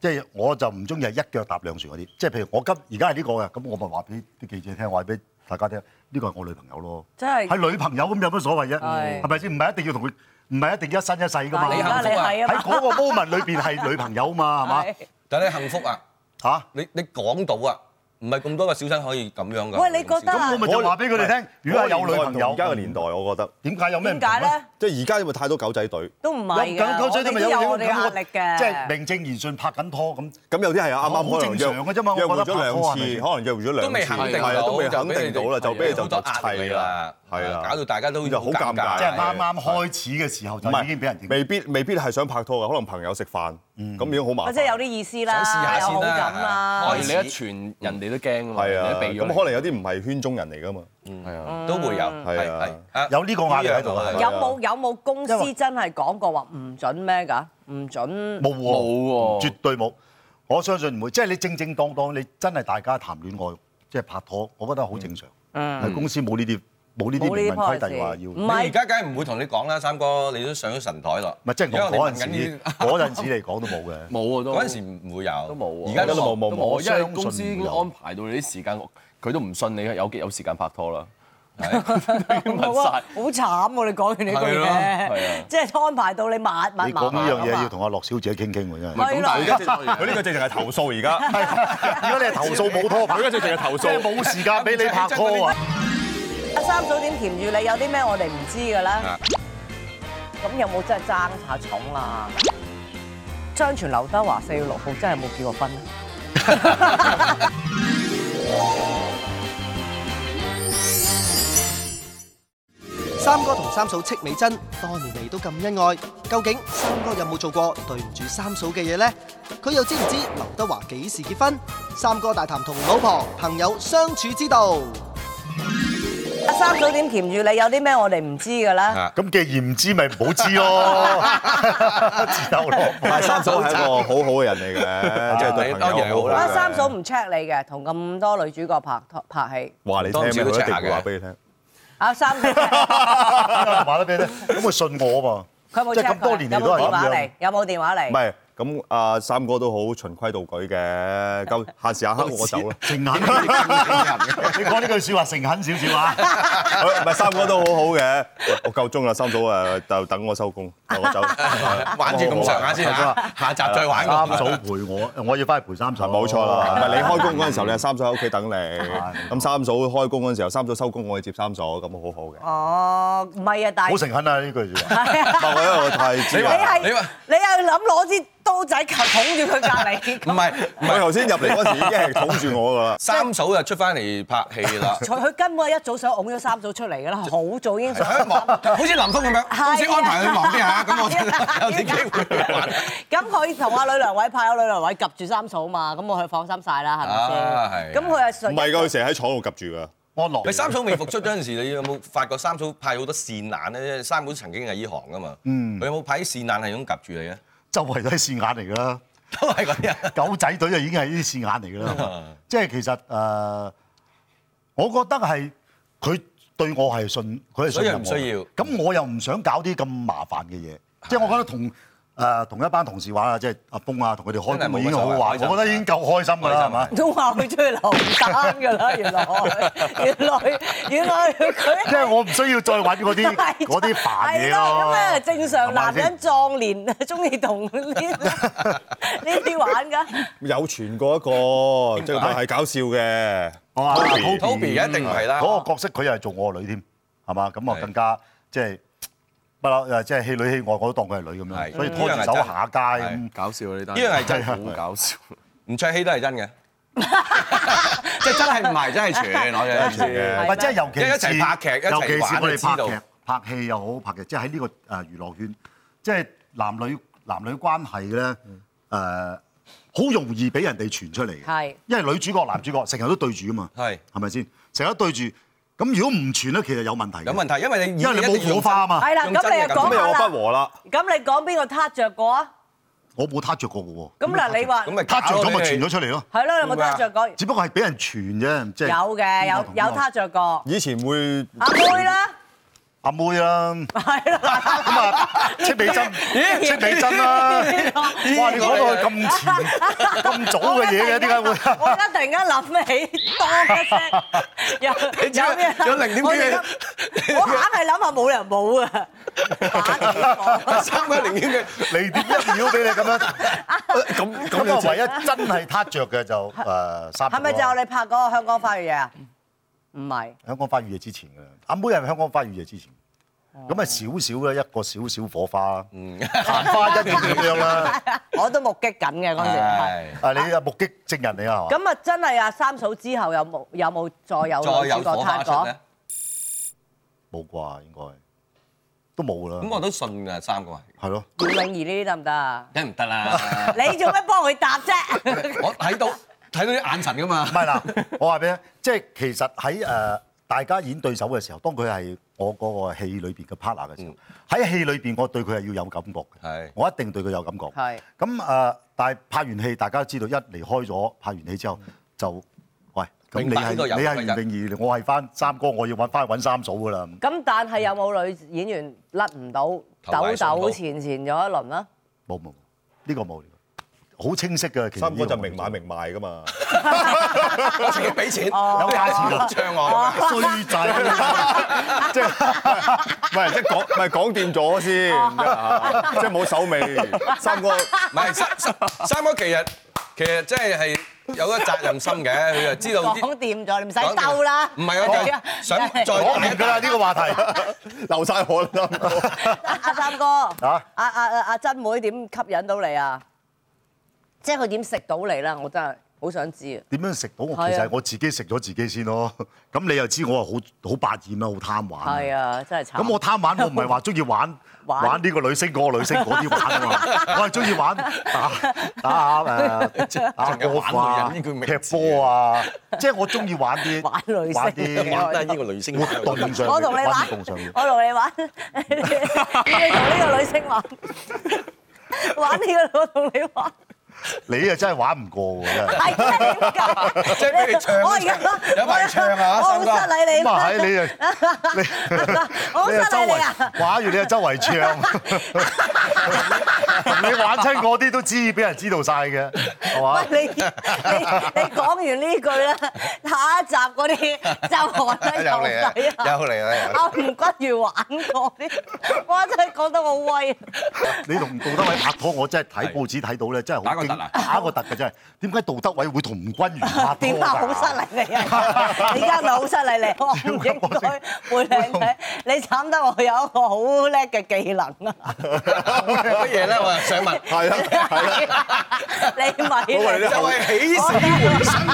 C: 即係我就唔中意係一腳踏兩船嗰啲，即係譬如我今而家係呢個嘅，咁我咪話俾啲記者聽，話俾大家聽，呢個係我女朋友咯，
A: 真係
C: 係女朋友咁有乜所謂啫？
A: 係
C: 係咪先？唔係一定要同佢，唔係一定一生一世㗎嘛
A: 但。係而家你係啊
C: 喺
A: 嘛
C: 嗰個 moment 裏邊係女朋友嘛，係嘛？
A: 係
B: 但你幸福啊，
C: 嚇！
B: 你你講到啊，唔係咁多個小生可以咁樣㗎。
A: 喂你覺得啊
C: 我咪就話俾佢哋聽，如果係有女朋友，
F: 而家嘅年代，我覺得
C: 點解有咩唔
A: 點
C: 同
A: 解咧？？
F: 即係而家因為太多狗仔隊，
A: 都唔係㗎，
C: 九
A: 我
C: 九仔
A: 哋
C: 咪
A: 都
C: 有
A: 有我哋壓力嘅，
C: 即係名正言順拍緊拖咁。
F: 咁有啲係啱啱
C: 好
F: 可
C: 正
F: 能
C: 常嘅啫嘛我覺
F: 約會
C: 得
F: 咗
C: 拍拖係咪
F: 兩次，
C: 先
F: 可能約會咗兩次，
B: 都未肯定
F: 啊係啊，
B: 到
F: 都未肯
B: 就俾
F: 定
B: 你
F: 到
B: 哋
F: 啦，就俾你就
B: 好多壓力
F: 砌
B: 啦
F: 係啦，
B: 搞到大家都
F: 就好尷尬，
B: 好尷尬
C: 即係啱啱
F: 開。
C: 開始嘅時候
F: 唔
C: 就
F: 係
C: 已經俾人認。
F: 未必未必係想拍拖嘅，可能朋友食飯，咁已經好
A: 或
F: 麻煩。
A: 啊者有啲意思啦，
B: 想試下
A: 有好
B: 先啦
A: 感啦
B: 開
E: 你
B: 始
E: 一傳人哋都驚啊嘛，
F: 係
E: 人
F: 啊，
E: 哋避咗
F: 咁
E: 你
F: 可能有啲唔係圈中人嚟噶嘛。
E: 係啊。
B: 都會有，
F: 係啊
B: 啊
C: 有呢個壓力喺度啊
B: 呢樣
A: 有
B: 我
A: 冇有冇公
C: 因
A: 司
C: 為
A: 真係講過話唔準咩㗎？唔準
C: 冇喎，
E: 冇喎
C: 絕對冇。我相信唔會，即係你正正當當，你真係大家談戀愛，即係拍拖，我覺得好正常。係公司冇呢啲冇呢啲
A: 嗯冇呢
C: 明
A: 啲
C: 文規定
A: policy 嗯
C: 話要。
A: 唔
B: 你
A: 係
B: 而家梗係唔會同你講啦，三哥，你都上咗神台咯。
C: 唔係，即係
B: 因為
C: 我嗰
B: 你問
C: 陣
B: 緊
C: 時
B: 呢，
C: 嗰陣時嚟講都冇嘅。
E: 冇啊都
B: 嗰陣時唔會有，
E: 都冇
B: 而
E: 啊，
B: 家都
F: 都
B: 冇冇。
F: 冇冇
E: 都
C: 我
E: 因
C: 相
E: 為
C: 信
E: 公司已經
C: 有
E: 安排到你啲時間，佢都唔信你有有時間拍 拖啦，係都已經問
B: 啊
E: 晒。
A: 啊好慘喎！你講完呢句
B: 係咯
A: 嘢
E: 係啊，
A: 即係安排到你密密麻麻
C: 你講呢樣嘢
A: 啊嘛
C: 要同阿樂小姐傾傾喎，真
E: 唔係
C: 係。
E: 咁，但係 而家
F: 佢呢個直情係投訴而家，
C: 如果你係投訴冇拖拍，
F: 佢而家直情係投
C: 即係
F: 訴。
C: 冇時間俾你拍拖啊！
A: 阿三嫂點甜住你？有啲咩我哋唔知嘅咧？
B: 啊
A: 咁有冇真係爭下重啊？張全劉德華四月六號真係冇結過婚啊咧？
D: 三哥同三嫂戚美珍多年嚟都咁恩愛，究竟三哥有冇做過對唔住三嫂嘅嘢呢？佢又知唔知劉德華幾時結婚？三哥大談同老婆朋友相處之道。
A: 阿三嫂點甜住你？有啲咩我哋唔知嘅咧？
B: 啊
C: 咁既然唔知，咪唔好知咯，自有 咯。
F: 但係三嫂啊係一個好好嘅人嚟嘅，即係對朋友好好
A: 阿
F: 嘅。
A: 三嫂唔 check 你嘅，同咁多女主角拍拖拍 戲。
F: 話你聽咩？佢一定會話俾你聽。
A: 阿三嫂，
C: 話得俾你聽，咁佢信我啊嘛？
A: 佢有冇
C: 即係
A: check
C: 咁多
A: 佢？
C: 年
A: 有
C: 嚟都
A: 冇
C: 係
A: 電話
C: 咁
A: 嚟
C: 樣？。
A: 有冇電話
F: 唔
A: 嚟？
F: 係，咁阿三哥都好循規蹈矩嘅。咁限時限刻我走 啦。
C: 誠懇，你講呢句説話誠懇少少啊！
F: 唔係三哥都好好嘅。喂我夠鐘啦，三嫂誒，就等我收 工，我走。哦
B: 玩住咁上下先嚇，下集再玩
C: 啊三
B: 過。
C: 嫂陪我，我要翻去陪三嫂。
F: 冇錯啦，唔係你開工嗰陣時候，你係三嫂喺屋企等你，咁三嫂開工嗰陣時候，三嫂收工我去接三嫂，咁好好 嘅。
A: 哦，唔係啊，但
C: 好
A: 係
C: 誠懇啊！呢句説話，
F: 唔係我因為我太
A: 你
F: 知啦，
A: 係
B: 你話
A: 你係諗攞支刀仔球捅住佢隔離。。
B: 唔係唔
F: 我
B: 係，
F: 頭先入嚟嗰陣時已經係捅住我㗎啦。
B: 三嫂就出翻嚟拍戲啦
A: 佢佢根本係一早想拱咗三組出嚟㗎啦，好早已經想。
B: 好似林峯咁樣，
A: 啊
B: 公司安排佢忙 啲嚇，咁我真係有啲機會去玩。
A: 咁佢同阿呂良偉派，阿呂良偉及住三嫂嘛，咁我去放心晒啦，
B: 啊
A: 係咪
B: 係
A: 先？咁佢係
F: 唔係㗎，佢成日喺廠度及住㗎。
C: 安樂。
B: 你三嫂未復出嗰陣時，你有冇發覺三嫂派好多線眼咧？因為三嫂曾經係依行噶嘛，
C: 嗯
B: 佢有冇派啲線眼係咁夾住你咧？
C: 周圍都係線眼嚟㗎啦。
B: 都係嗰啲啊，
C: 狗仔隊就已經係呢啲線眼嚟㗎啦。即係其實誒、呃我覺得係佢對我係信，佢係信任我。
B: 所以唔需啊
C: 要。咁我又唔想搞啲咁麻煩嘅嘢，即係我覺得同。誒、同一班同事玩啊，即係阿峰啊，同佢哋開
B: 真係冇
C: 工已經好好
B: 乜
C: 玩，
B: 所謂
C: 我覺得已經夠開心㗎啦，係
B: 開？
C: 嘛
B: 啊
A: 都話 佢中意劉丹㗎啦，原來原來原來 佢
C: 即係我唔需要再揾 嗰啲嗰啲煩嘢咯。
A: 係咁啊，正常
C: 係咪
A: 男
C: 先
A: 人壯 年中意同呢呢啲玩㗎。
F: 有傳過一個，即係但係搞笑嘅。
C: 哇
F: Toby
B: Toby 一定唔係啦
C: 啊嗯嗰個角色佢又係做我女添，係嘛？咁我
B: 係
C: 更加即係不嬲誒，即係戲女戲外，我都當佢係女咁
B: 係
C: 樣，所以拖住手
B: 嗯
C: 行下街咁。
E: 搞笑啊呢單，
B: 呢樣係真
E: 好搞笑。
B: 吳卓羲都係真嘅，即係真係唔係真係全我嘅
F: 全嘅
C: 唔係即係尤其
B: 一
C: 是
B: 齊拍劇一齊
C: 尤其是
B: 玩
C: 我
B: 就知道
C: 哋拍劇、拍戲又好，拍劇即係喺呢個誒呃娛樂圈，即係男女男女關係咧
B: 嗯
C: 誒，好容易俾人哋傳出嚟嘅。
A: 係
C: 因為女主角、男主角成日都對住噶嘛。
B: 係
C: 係咪先？成日都對住，咁如果唔傳咧，其實有問題嘅。
B: 有問題，因為你
C: 因為你冇火花啊嘛。
A: 係啦，
B: 用
A: 咁
B: 真
A: 你
B: 嘅
A: 又
B: 感
A: 講
F: 咁
A: 下
F: 又
A: 啦
F: 我不。和啦。
A: 咁你講邊個撻着過啊？
C: 我冇撻着過嘅喎。
A: 咁嗱，你話
B: 咁咪
C: 撻着咗咪傳咗出嚟咯？
A: 係咯，你有冇撻着過？
C: 只不過係俾人傳啫，即係
A: 有嘅，有有撻着過。
F: 以前會
A: 阿妹啦，
C: 阿妹啦，
A: 係啦。
C: 咁啊，戚美珍，戚美珍 啦，哇！你講到佢咁前 咁早嘅嘢嘅，點解 會？
A: 我而家突然間諗起當一聲，有有咩？
B: 有零點幾
A: 我而家我硬係諗下冇人冇啊！打幾個
B: 三個零點嘅，
C: 零點一秒俾你咁 樣，
F: 咁
C: 咁啊，唯一真 係撻着嘅就誒三。
A: 係咪就你拍嗰個香港花月夜啊？唔係，
C: 香港花月夜之前嘅？阿妹係咪香港花月夜之前？咁啊，少少啦，一個少少火花，曇花一現咁樣 啦。
A: 我都目擊緊嘅嗰陣時係。
B: 係
C: 啊，你啊目擊證人你啊，係嘛？
A: 咁啊，真係啊，三嫂之後有冇有冇再有
B: 再
A: 女
B: 有
A: 主角
B: 火
A: 攤
B: 花出
A: 過
B: 咧？，
C: 冇啩，應該都冇啦。
B: 咁我都信㗎，三個係
C: 係咯，
A: 姚泳兒呢啲得唔得啊？
B: 梗係唔得 啦。
A: 你做咩幫佢答啫？
B: 我睇到睇到啲眼神㗎嘛
C: 唔。係嗱， 我話俾你聽，即係其實喺誒、呃大家演對手嘅時候，當佢係我嗰個戲裏邊嘅 partner 嘅時候，
F: 嗯
C: 喺、戲裏邊我對佢係要有感覺嘅，
B: 係
C: 我一定對佢有感覺。
A: 係
C: 咁誒、呃但係拍完戲，大家都知道一離開咗，拍完戲之
F: 嗯
C: 後就喂，咁
B: 明
C: 你
B: 白呢
C: 係
B: 個遊戲
C: 你係
B: 規則
C: 袁詠儀，我係翻三哥，我要揾翻揾三嫂㗎啦。
A: 咁但係有冇女演員甩唔到抖抖前前咗一輪啦？
C: 冇冇，冇呢、個冇，呢個好清晰嘅。其實
F: 三哥
C: 呢個
F: 就
C: 冇
F: 明買明賣㗎嘛。
B: 我自己俾錢，
C: 有價錢啦，
B: 唱我。
C: 衰 仔， 即係。
F: 唔係即係講，唔係講掂咗先，即係冇手尾。三哥
B: 唔係三三三哥其實其實真係係有個責任心嘅，佢就知道
A: 講
B: 啲。
A: 掂咗，你唔使兜啦。
B: 唔係我就
A: Dạ.
B: 想再
C: 講
B: 講
C: 完哦㗎啦，呢個話題
F: 流晒汗啦。三哥
A: 阿阿三哥，阿阿阿阿珍妹點吸引到你啊？即係佢點食到你啦？我真係好想知啊！
C: 點樣食到？
A: 係啊
C: 其實係我自己食咗自己先咯。咁你又知我係好好百厭啦，好貪玩。
A: 係啊，真係慘。
C: 咁我貪玩，我唔係話中意玩
A: 玩
C: 玩呢個女星嗰個女星嗰啲玩 啊嘛，我係中意玩啊打打下誒打
B: 淨係
C: 波
B: 玩
C: 啊、
B: 女人呢句名
C: 踢
B: 詞
C: 波啊，即係我中意玩啲
A: 玩女星
C: 玩
B: 玩
C: 啲
B: 低呢個女星
C: 活動上
A: 我同你
C: 面
A: 玩
C: 運動上，面。
A: 我同你 玩，你同呢個女星玩，玩呢個我同你玩，
C: 你啊真係玩唔過喎，真係。
A: 係真係點解？
B: 即係俾你唱
A: 我而家
B: 有排唱啊
A: 我好
B: 三
A: 失
B: 哥
A: 禮你
C: 咁啊
A: 啊，
C: 係你啊你
A: 我好
C: 你
A: 失
C: 又周
A: 禮你啊！
C: 圍玩完你又周 圍唱，你玩親嗰啲都知，俾人知道晒嘅，係嘛？
A: 喂，你你 你講完呢句啦，下一集嗰啲就韓低
B: 又嚟啦，
A: 頭仔啊！
B: 又嚟啦，
A: 阿吳君如玩過啲， 哇！真係講得好威啊！
C: 你同杜德偉拍拖，我真係睇報紙睇到咧，真係好驚
A: 啊
C: 打個突嘅真係。點解杜德偉會同吳君如拍拖
A: 點啊！好失禮你啊！你而家咪好失禮你，我唔應該會靚仔，你慘得我有一個好叻嘅技能啊！
B: 乜嘢咧？我又想問，
F: 係啦，係啦，
A: 你咪
B: 就係起死回生，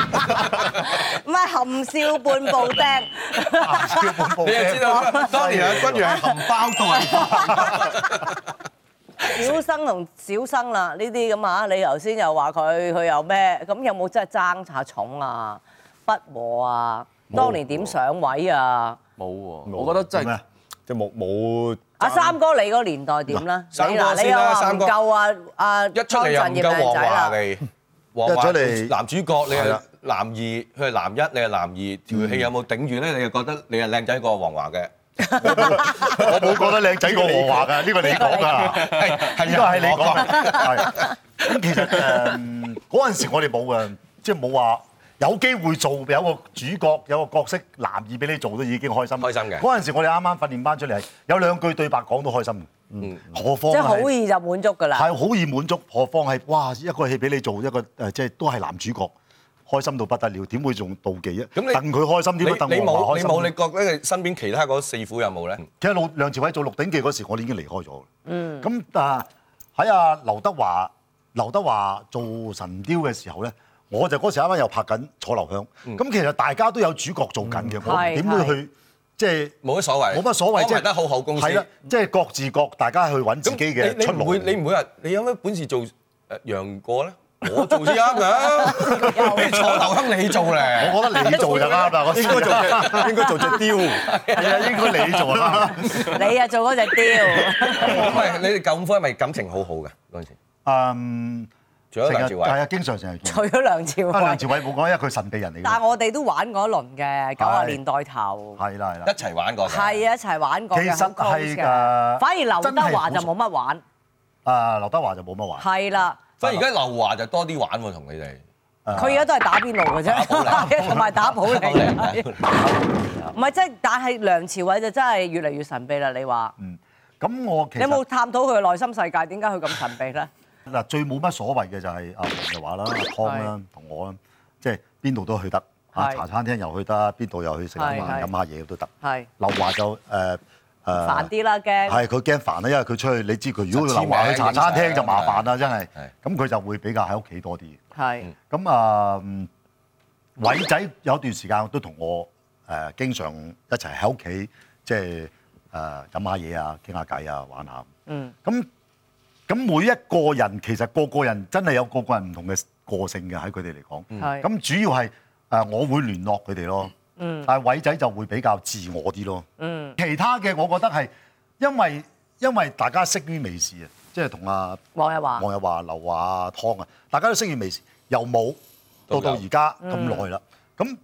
A: 唔係含笑半步釘，啊
B: 你又知道當年啊阿君如係含
C: 啊
B: 包蓋，
A: 小生同小生啦呢啲咁啊，你頭先又話佢佢又咩？咁有冇真係爭下重啊？不和啊？當年點上位啊？
E: 冇喎，我覺得真
C: 咩
E: 係
C: 啊？
F: 即係冇冇
A: 阿三哥你個年代點啦？
B: 三
A: 你
B: 哥
A: 嗱，你
B: 先
A: 又
B: 啦
A: 話
B: 三
A: 唔
B: 哥
A: 夠啊啊
B: 一出嚟又唔夠
A: 靚
B: 黃
A: 仔啦
B: 華。嚟，黃華
C: 一出嚟
B: 男主角，你
C: 係
B: 係
C: 啦
B: 男二，佢係男一，你係男二，條戲有冇頂住咧？你又覺得你係靚仔過黃華嘅？
C: 我冇覺得靚仔過我話㗎，呢個你講啊㗎。
B: 係係
C: 呢個係你講，係咁其實誒嗰陣時我哋冇嘅，即係冇話有機會做有個主角有個角色男二俾你做都已經開心。
B: 開心嘅
C: 嗰陣時我哋啱啱訓練班出嚟係有兩句對白講都開心嘅。嗯，何況
A: 即係好
C: 係
A: 易就滿足㗎啦。
C: 係好易滿足，何況係哇一個戲俾你做一個誒即係都係男主角。開心到不得了，點會仲妒忌啊？
B: 咁你
C: 等佢開心
B: 你
C: 啲都
B: 你
C: 等我
B: 冇
C: 開
B: 你
C: 心。
B: 冇，你覺得你身邊其他嗰四虎有冇咧？
C: 其實老梁朝偉做《鹿鼎記》嗰時，我哋已經離開咗啦。嗯。咁啊喺阿劉德華劉德華做神雕嘅時候咧，我就嗰時啱啱又拍緊《楚留香》
B: 嗯
C: 咁其實大家都有主角做緊嘅，我
A: 嗯係
C: 點會去即係
B: 冇乜所謂，
C: 冇乜所謂？
B: 安
C: 即
B: 排
C: 係
B: 得好好公司。
C: 係啦，即係各自各，大家去揾自己嘅
B: 你
C: 出
B: 你唔
C: 路
B: 會。你唔會話你有咩本事做誒楊過咧？我做先啱㗎，你坐留坑你做咧。
C: 我覺得你做就啱啦， 我應該做
F: 應該做隻雕？
C: 係啊，應該你 做啦。
A: 你啊做嗰隻雕，
B: 唔係你哋舊科係咪感情好好嘅嗰陣時？
C: 嗯，
B: 除咗梁朝
C: 係
B: 偉，
C: 啊，經常成日見。
A: 除咗梁朝
C: 啊，
A: 偉
C: 梁朝。偉冇講，因為佢神秘人嚟
A: 但
C: 嘅。
A: 係我哋都玩過一輪嘅，九啊年代頭。
C: 係啦，係啦
B: 一。齊玩過嘅。
A: 係啊，一齊玩過嘅，
C: 其實
A: 好 close
C: 係㗎
A: 嘅。反而劉德華就
C: 真係好
A: 冇乜玩，
C: 啊，劉德華就冇乜話。
A: 係啦，
B: 所以而家劉華就多啲玩喎，同你 哋。
A: 佢而家都係打邊爐嘅
B: 打
A: 啫， 同埋打保
B: 好靚啊
A: 齡。
B: 嘅
A: 唔係即係，但係梁朝偉就真係越嚟越神秘啦。你話
C: 咁我其
A: 你有
C: 實
A: 冇探討佢嘅內心世界？點解佢咁神秘 咧？
C: 嗱最冇乜所謂嘅就係啊阿黃日華啦、阿湯啦、同我啦，即係邊度都去得，啊
A: 係
C: 茶餐廳又去得，邊度又去食下
A: 係
C: 飯、
A: 係
C: 飲下嘢都得。
A: 係
C: 劉華就誒
A: 煩
C: 誒。
A: 啲啦，驚
C: 係佢驚煩啦，啊因為佢出去，你知佢如果
B: 就簽
C: 劉華去
B: 名
C: 茶餐廳就麻煩啦，真係
B: 係。
C: 咁佢就會比較喺屋企多啲。
A: 係
C: 咁啊，嗯偉仔有段時間都同我誒、呃、經常一齊喺屋企，即係誒飲下嘢啊，傾下偈啊，玩下。
A: 嗯。
C: 咁咁每一個人其實個個人真係有個個人唔同嘅個性嘅喺佢哋嚟講。
A: 係
C: 咁主要係誒、呃我會聯絡佢哋咯。嗯。但係偉仔就會比較自我啲咯。
A: 嗯
C: 其他嘅我覺得係因為因為大家識於微時啊，即係同阿
A: 黃日華
C: 黃日華、劉華啊、湯啊，大家都識於微時，又冇到到而家咁耐啦。咁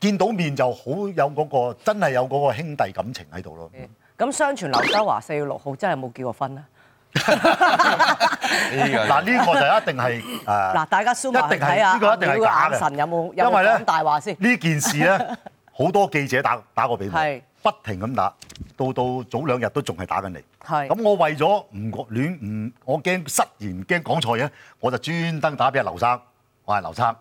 C: 見到面就好有嗰個真係有嗰個兄弟感情喺度咯。
A: 嗯咁相傳劉德華四月六號真係冇結過婚 啦。啊
B: 呢個
C: 嗱呢個就一定係誒
A: 嗱，大家 zoom 埋
C: 一
A: 去
C: 定係
A: 睇下
C: 呢個一定係
A: 阿廖嘅
C: 假嘅
A: 眼神有冇有
C: 因為
A: 冇
C: 咧
A: 講大話先？
C: 呢件事咧， 好多記者打打過俾我
A: 係，
C: 不停咁打，到到早兩日都仲係打緊你。
A: 係
C: 咁我為咗唔講亂唔，我驚失言驚講錯嘢，我就專登打俾阿劉生，我係劉生。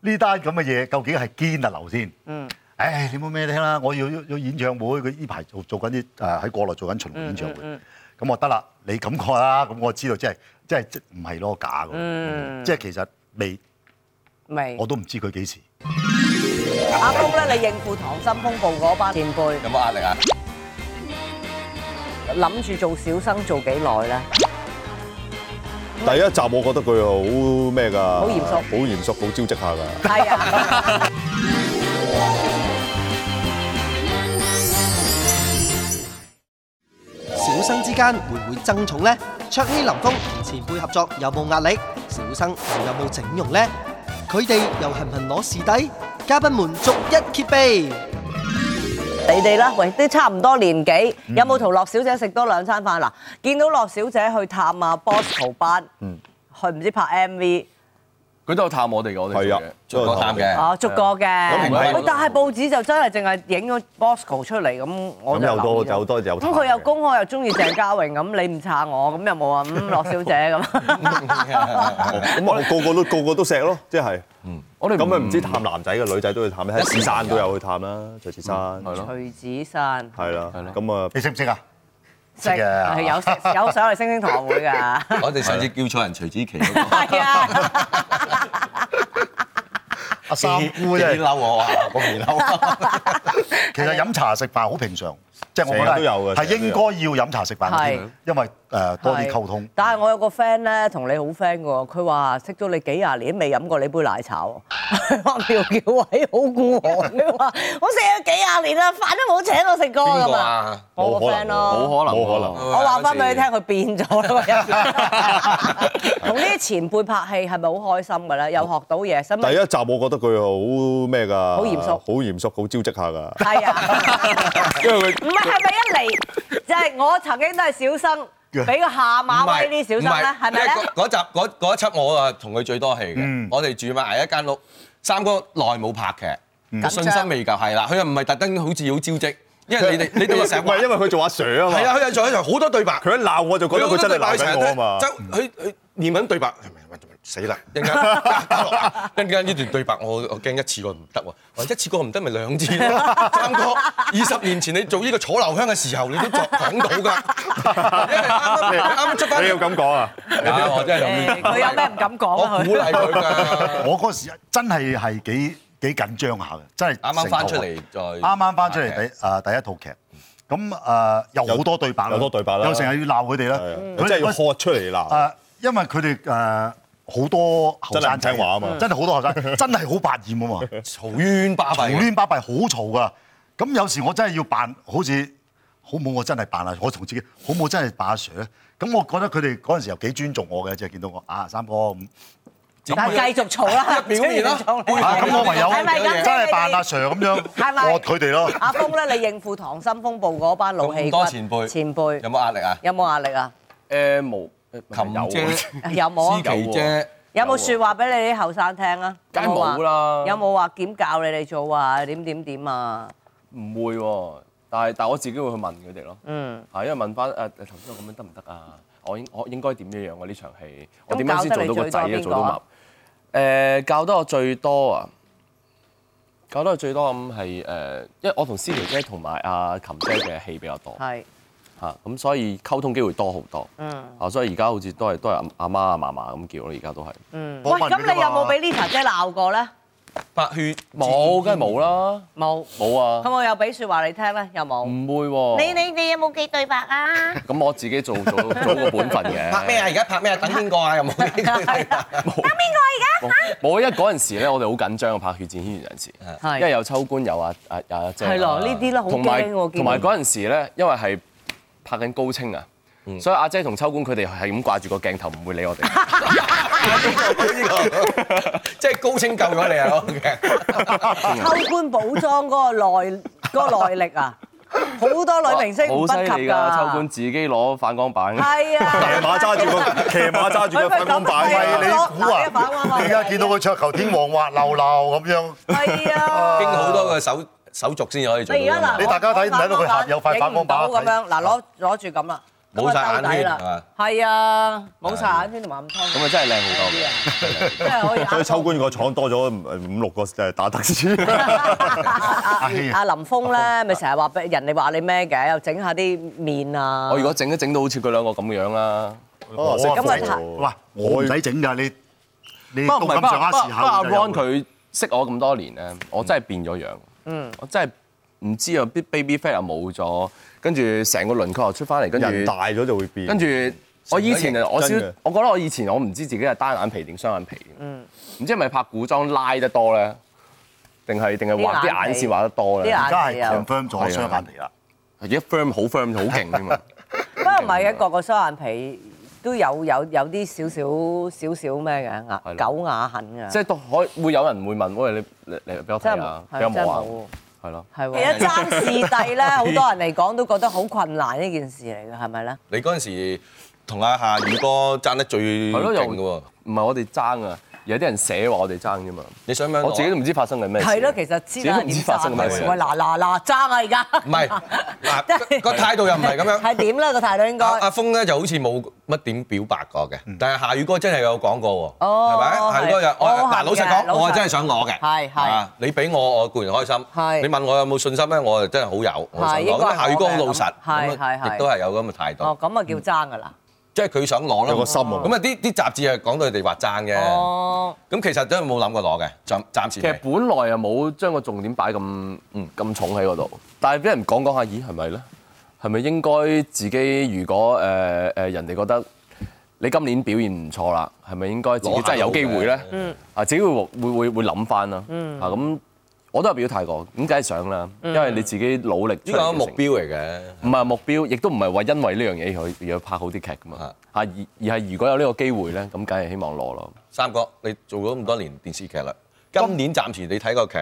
C: 呢單咁嘅嘢究竟係堅啊劉先？嗯。唉，你冇咩聽啦，我要要要演唱會，佢呢排做做緊啲誒喺國內做緊巡迴
A: 嗯
C: 演唱會，咁、我得啦，你咁講啦，咁我知道即係即係即係唔係咯假嘅，
A: 嗯
C: 即係其實未，
A: 未
C: 我。都唔知佢幾時。
A: 阿公咧，你應付溏心風暴嗰班前輩，
B: 有冇壓力啊？
A: 諗住做小生做幾耐咧？
F: 第一集我覺得佢好咩㗎？好
A: 嚴肅
F: 好嚴肅，好招積下㗎。
A: 係啊，
D: 小生之間會唔會爭寵呢？卓希林峰同前輩合作有冇壓力？小生又有冇整容呢？佢哋又係唔係攞視帝？嘉賓們逐一揭秘。
A: 你哋啦，喂，都差唔多年紀，有冇同樂小姐食多兩餐飯嗱？見到樂小姐去探啊 Bosco 班，去唔知拍 MV，
E: 佢都有探我哋嘅，我哋做
F: 係啊
E: 嘢
B: 做過探嘅。
A: 哦，逐個嘅，
E: 唔係
A: 喂但係報紙就真係淨係影咗 Bosco 出嚟咁，我就
F: 咁又
A: 留意
F: 多
A: 咗
F: 有多有
A: 咁佢又公開又中意鄭嘉穎咁，你唔撐我咁又冇啊？嗯，樂小姐咁，哦
F: 咁啊，個個都個個都錫咯，即係。
E: 我哋
F: 咁咪唔知探男仔嘅女仔都去探咧，徐子珊都有去探啦，徐子珊
E: 係咯，
A: 徐子珊
F: 係啦
E: 係咯，
F: 咁啊
C: 你識唔識啊？
A: 食
C: 嘅
A: 係有食有上嚟星星堂會㗎，
B: 我哋上次叫錯人徐子淇嗰個，
A: 係啊，
F: 啊
C: 阿三姑
B: 真係
C: 真係，
B: 嬲我啊！我未嬲，
C: 其實飲茶食飯好平常，即係我覺
F: 成日
C: 得
F: 都有嘅
C: 係
F: 成日
C: 應
F: 都有
C: 該要飲茶食飯
A: 係
C: 嘅，因為誒多啲
A: 係
C: 溝通。
A: 但係我有個 friend 咧，同你好 friend 㗎喎，佢話識咗你幾廿年未飲過你杯奶茶喎， 話苗僑偉好孤寒，佢話我食咗幾廿年啦，飯都冇請我食過
B: 邊
A: 㗎
B: 個
A: 嘛，
B: 啊？
A: 我個 friend 咯，
E: 冇可能，
F: 冇可能
A: 我話翻俾你聽，佢變咗啦個人。同呢啲前輩拍戲係咪好開心㗎咧？又學到嘢，使唔
F: 第
A: 使？
F: 一集我覺得佢好咩㗎，好
A: 嚴肅
F: 好嚴肅，好招積下 㗎。
A: 係啊，
F: 因為佢
A: 唔係係咪一嚟就係我曾經都係小生，俾個下馬威啲小生咧，係咪
B: 因為
A: 咧？
B: 嗰嗰集嗰嗰一輯我啊同佢最多戲
F: 嗯
B: 嘅，我哋住埋一間屋，三哥耐冇拍
F: 嗯
B: 劇，信心未夠係啦，佢又唔係特登好似好招積，因為你哋你哋又成
F: 唔
B: 日
F: 係
B: 為
F: 因為佢做阿 Sir 啊嘛
B: 係，啊，佢又做咗好多對白，
F: 佢一鬧我就覺得佢真係鬧緊我啊嘛。
B: 就佢佢念緊對白，死啦！一陣間，一陣間呢段對白我我驚一次過唔得喎，我一次過唔得咪兩次咯。 三哥，二十年前你做呢個楚留香嘅時候，你都作講到㗎。啱啱出翻
F: 你要咁講啊？
B: 我真係
A: 誒佢有咩唔敢講
B: 我
A: 啊？
B: 鼓
A: 佢
B: 勵佢 㗎。
C: 我嗰時真係係幾幾緊張下嘅，真係
B: 啱啱翻出嚟
C: 成
B: 再，
C: 頭汗，啱啱翻出嚟第誒第一套劇，咁誒有好多對白啦，
F: 有多對白啦
C: 又成日要鬧佢哋啦
F: 係啊，，
C: 佢
F: 佢真係要
C: 嗰
F: 喝出嚟鬧。
C: 誒，因為佢哋誒好多後生仔
F: 真係唔聽話啊嘛
C: 真係好多後生，真係好百厭啊嘛，
B: 嘈冤巴
E: 哎
C: 胡
B: 閉啊嘅。
C: 亂巴閉好嘈噶。咁有時我真係要扮好似好冇，我真係扮啊！我同自己好冇真係扮阿 Sir 咧。咁我覺得佢哋嗰陣時又幾尊重我嘅，即係見到我啊三哥咁。
A: 但係繼續嘈 啦，
B: 表面啦
A: 繼續嘈
C: 啊咁我唯有
A: 係咪咁
C: 真係扮阿 Sir 咁樣
A: 係咪
C: 惡佢哋咯。
A: 阿峰咧，你應付溏心風暴嗰班老戲
B: 咁
A: 骨
B: 多前輩，
A: 前輩
B: 有冇壓力啊？
A: 有冇壓力啊？
E: 誒冇，誒
B: 琴姐、
E: 有啊
A: 有冇啊
B: 思？琪姐，
A: 有冇説話俾你啲後生聽啊？
E: 梗係
A: 有話
E: 冇啦
A: 有冇話點教你哋做啊？點點點啊？
E: 唔會喎，但係但係我自己會去問佢哋咯。
A: 嗯，
E: 係因為問翻誒頭先我咁樣得唔得啊？我應我應該點樣樣啊？呢場戲
A: 咁
E: 我點樣先做到個仔
A: 教得
E: 啊？
A: 你最
E: 做
A: 多邊個
E: 到嫲
A: 啊
E: 誒教得我最多啊！教得我最多咁係誒，因為我同思琪姐同埋阿琴姐嘅戲比較多
A: 係，
E: 嚇，咁所以溝通機會多好多
A: 嗯
E: 啊！所以而家好似都係都係阿阿媽阿嫲嫲咁叫咯，而家都係
A: 嗯。喂，
C: 我問
A: 咁
C: 佢㗎
A: 你有冇
C: 嘛
A: 俾 Lita 姐鬧過咧？
B: 白血
E: 冇，梗係冇啦，
A: 冇。
E: 冇
A: 咁
E: 啊，
A: 我有俾説話你聽咧？有冇？
E: 唔會喎。
G: 你你你有冇記對白啊？
E: 咁我自己做 做做個本分嘅。
B: 拍咩啊？而家拍咩啊？等邊個啊？有冇呢個？
A: 啊
E: 冇？冇，因為嗰陣時咧，我哋好緊張啊拍《血戰軒轅人士》，
A: 係
E: 因為有秋官，有阿阿阿姐，啊
A: 係咯呢啲咧好
E: 同埋
A: 驚喎見
E: 同埋嗰陣時咧，因為係拍緊高清啊。
A: 嗯
E: 所以阿姐同秋官佢哋係咁掛住個鏡頭，唔會理我哋。
B: 即係高清救咗你啊！
A: 秋官補妝嗰個 內嗰個內力啊，好多 女明星唔不及
E: 好犀利㗎！秋官
A: 㗎。
E: 自己攞反光板，
A: 係啊，
F: 騎馬揸住 個騎馬揸住個反光板
A: 佢咪咁係
C: 喂，你
A: 咯
F: 啊，
C: 估
A: 嗱
C: 啊
A: 呢一版啊嘛？
C: 而家見到佢桌球天王滑溜溜咁樣，
A: 係啊，
B: 經好多嘅手手續先可以做
A: 你而
B: 到
A: 家嗱，
B: 㗎嘛。
C: 你大家睇唔睇到佢下有塊反光板
A: 影唔到咁樣，嗱攞攞住咁啦，
B: 冇晒眼圈
A: 咁啊兜底啦
B: 係嘛
A: 係啊，冇晒眼圈同埋暗瘡，
E: 咁啊真係靚好多嘅。
A: 真係可以。
F: 所以秋官個廠多咗五五六個誒打特師，
A: 阿
C: 哎呀
A: 阿林峰咧，咪成日話俾人哋話你咩嘅，又整下啲面啊。
E: 我如果整都整到好似佢兩個咁樣啦。
F: 哦識
A: 咁啊
F: 做
A: 睇
C: 哇！我唔使整㗎，你你
E: 不
C: 到
E: 過唔係，
C: 咁
E: 不過
C: 上
E: 不過
C: 下時
E: 不過阿
C: 候就有
E: Ron 佢識我咁多年咧，我真係變咗樣。嗯，我真係唔知啊啲，baby fat 又冇咗，跟住成個輪廓又出翻嚟，跟
F: 人
E: 住
F: 大咗就會變。
E: 跟住我以前啊，我少，
F: 真嘅
E: 我覺得我以前我唔知自己係單眼皮定雙眼皮。嗯，唔知係咪拍古裝拉得多咧，定係定係畫
A: 啲
E: 啲
A: 眼
E: 眼
A: 皮
E: 線畫得多
A: 啲
E: 咧
A: 眼？
C: 而家係
A: 係啊
C: confirm
E: 係
C: 咗
E: 啊
C: 雙眼皮啦。
E: 而家 firm 好 firm 好勁添嘛。
A: 不過唔係嘅，個個雙眼皮都有有有啲少少少少咩嘅牙
E: 係咯
A: 狗牙痕嘅，
E: 即係都可會有人會問，喂你你你俾我睇
A: 真係
E: 下，
A: 冇，係
E: 俾我
A: 真係
E: 摸下，
A: 冇。
E: 啊係咯。
A: 係喎，其實爭視 帝咧，好多人嚟講都覺得好困難呢件事嚟嘅，係咪咧？
B: 你嗰陣時同阿夏雨哥爭得最勁
E: 係咯，又
B: 嘅喎，
E: 唔係我哋爭啊！有啲人寫話我哋爭啫嘛。
B: 你想唔想
E: 我自己都唔知發生緊咩事。
A: 係咯，其實知啦
E: 自己都唔
A: 點
E: 知發生
A: 爭
E: 咩
A: 嘅
E: 事。
A: 喂嗱嗱嗱爭啊而家，
B: 唔係嗱個態度又唔係咁樣。
A: 係點啦個態度應該
B: 阿阿峰咧就好似冇乜點表白過嘅，但係夏雨哥真係有講過喎，
A: 哦
B: 係咪？
A: 係
B: 夏雨哥就我
A: 哦
B: 嗱
A: 係
B: 老實
A: 嘅
B: 講，
A: 老
B: 我
A: 實
B: 係真係想攞嘅，
A: 係係
B: 啊你俾我我固然開心，
A: 係
B: 你問我有冇信心咧，我就真係好有，我想
A: 係應
B: 攞。
A: 該係
B: 因為夏雨哥好
A: 我嘅
B: 老實，
A: 咁
B: 咁
A: 係係係
B: 亦都係有咁嘅態度
A: 哦，咁啊叫爭噶啦，
B: 即係佢想攞啦。
F: 有個心啊
B: 咁啊啲啲雜誌係講到佢哋話爭嘅，
A: 哦，
B: 咁其實都冇諗過攞嘅，暫暫時
E: 其
B: 未。
E: 實本來又冇將個重點擺咁嗯咁重喺嗰度，但係俾人講講下，咦係咪咧？係咪應該自己如果誒誒、呃呃人哋覺得你今年表現唔錯啦，係咪應該自己真係有機會咧？啊，自己會會會會諗翻啦。啊咁，我都有表態過，咁梗係想啦，因為你自己努力
B: 呢
E: 出
B: 個
E: 嚟
B: 係
E: 嘅
B: 目
E: 成
B: 標嚟嘅。
E: 唔係目標，亦都唔係話因為呢樣嘢而去而去拍好啲劇噶嘛。嚇，而而係如果有呢個機會咧，咁梗係希望攞咯。
B: 三哥，你做咗咁多年電視劇啦，
F: 嗯
B: 今年暫時你睇個劇，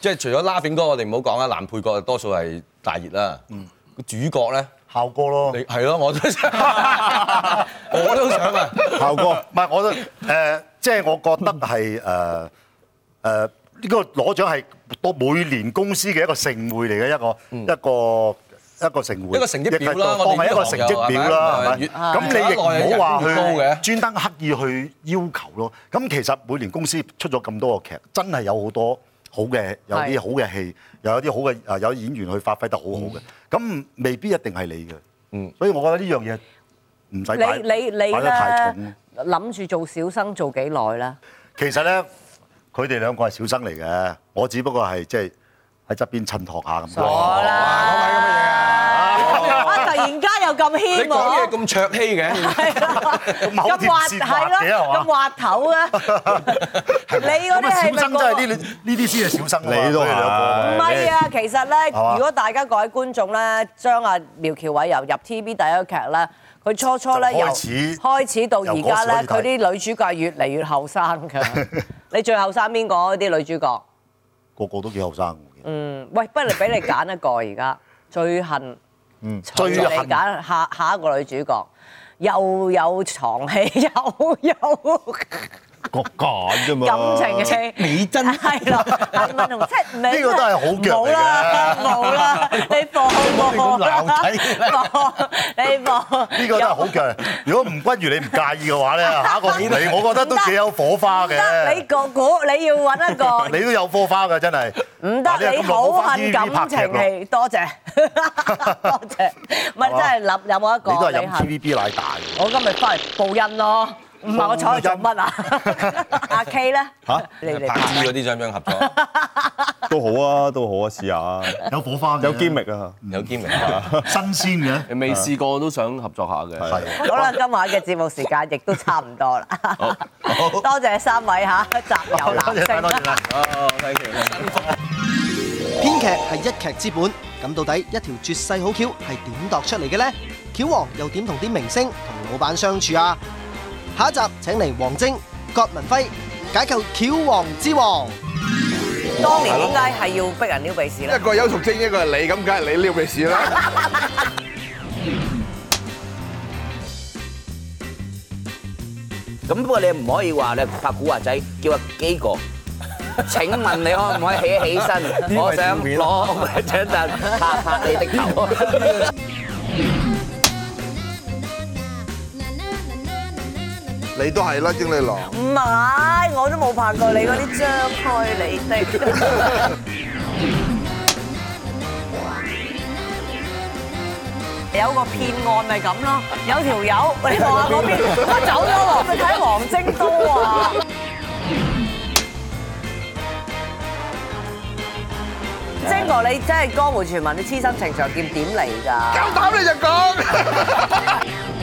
B: 即係除咗拉片哥，我哋唔好講啦，啊男配角多數係大熱啦。
F: 嗯
B: 個主角咧，
C: 校歌咯。
B: 你係咯，我都想， 我都想啊。
C: 效果唔係我都誒，即係我覺得係誒誒呢個攞獎係到每年公司嘅一個盛會嚟嘅一個一個一個盛會，
B: 一個成績表啦
C: 亦係當係一個
B: 我哋
C: 成
B: 呢行
C: 績
B: 有
C: 表啦，
B: 係咪
C: 係咪？咁你亦唔好話佢專登刻意去要求咯。咁其實每年公司出咗咁多個劇，真係有好多好嘅，有啲
A: 係
C: 好嘅戲，又有啲好嘅誒，有演員去發揮得好好嘅。咁未必一定係你嘅，嗯，所以我覺得呢樣嘢唔使擺
A: 你你你
C: 擺得太重。
A: 咧諗住做小生做幾耐咧？
C: 其實咧，佢哋兩個係小生嚟嘅，我只不過係即係喺側邊襯托下咁
A: 好
C: 啫。
A: 啦，啊突然間又咁
B: 你
A: 謙
B: 講嘢
A: 喎，
B: 咁卓氣嘅，
C: 咁口
A: 咁滑
C: 貼舌
A: 係
C: 滑嘅
A: 咯，咁
C: 係嘛？
A: 滑頭 嘅，你嗰啲係咪嗰個
C: 咁啊，小生真係呢呢啲先係小生啊嘛
F: 你都係
C: 佢哋兩
A: 唔
C: 個
A: 係啊，其實咧，
C: 係嘛
A: 如果大家各位觀眾咧，將阿苗僑偉由入 TV 第一劇咧，佢初初咧
C: 就
A: 由
C: 開始
A: 開始到而家咧，
C: 由嗰
A: 佢
C: 時開始睇
A: 啲女主角係越嚟越後生㗎。 你最後生邊個啊啲女主角？
C: 個個都幾後生嘅。
A: 嗯，喂，不如俾你揀一個而家最恨，嗯，
C: 最恨
A: 你揀下下一個女主角，又有床戲， 又有。
F: 講假啫嘛。
A: 感情嘅戲，美 珍係啦，係文同即係呢
C: 呢個都係好劇嚟嘅
A: 冇啦，冇啦，你放我啦，
B: 鬧仔
A: 放你放
C: 呢個都係好嘅。如果吳君如你唔介意嘅話咧， 下一個你我覺得都幾有火花
A: 唔得，你
C: 嘅。
A: 個估你要揾一個
C: 你都有火花嘅，真係。
A: 唔
C: 嗱
A: 得，
C: 係
A: 你
C: 咁耐冇
A: 好
C: 返
A: 恨
C: TVB
A: 感
C: 拍劇
A: 情
C: 咯
A: 戲，多 謝多謝，唔係真係諗有冇一
C: 你都
A: 個
C: 係
A: 你
C: 飲
A: 恨？
C: TVB 奶大嘅。
A: 我今日翻嚟報恩咯，唔係我坐喺度做乜啊？阿 à? K 咧
F: 嚇，
A: 你哋
B: 拍
A: 拍
B: 子嗰啲想唔想合作？
F: 都好啊，都好啊，試下。
C: 有火花嘅，
F: 有堅力啊！
B: 有兼明
C: 新鮮嘅。
E: 你未試過都想合作下
F: 嗯
E: 嘅。
A: 好啦，今晚嘅節目時間亦都差唔多啦。 多謝三位嚇，集郵
C: 多 謝
A: 男啊
C: 晒，
A: 星
C: 多。謝晒。
D: 編劇係一劇之本，咁到底一條絕世好橋係點度出嚟嘅呢？橋王又點同啲明星同老闆相處啊？下一集請嚟王晶、葛民輝解構橋王之王。
A: 當年點解係要逼人撩鼻屎咧？
H: 一個邱淑貞，一個係你，咁梗係你撩鼻屎啦。
I: 咁不過你唔可以話你拍古惑仔叫阿基哥。請問你可唔可以起起身？我想攞獎凳拍拍你的頭。
H: 你都係啦，經理郎。
A: 唔係，我都冇拍過你嗰啲張開你的。有個騙案咪咁咯，有條友你望下嗰邊，我走咗喎，你睇黃晶都啊！晶哥，你真係江湖傳聞，你痴心情長劍點嚟㗎？
H: 夠膽你就講。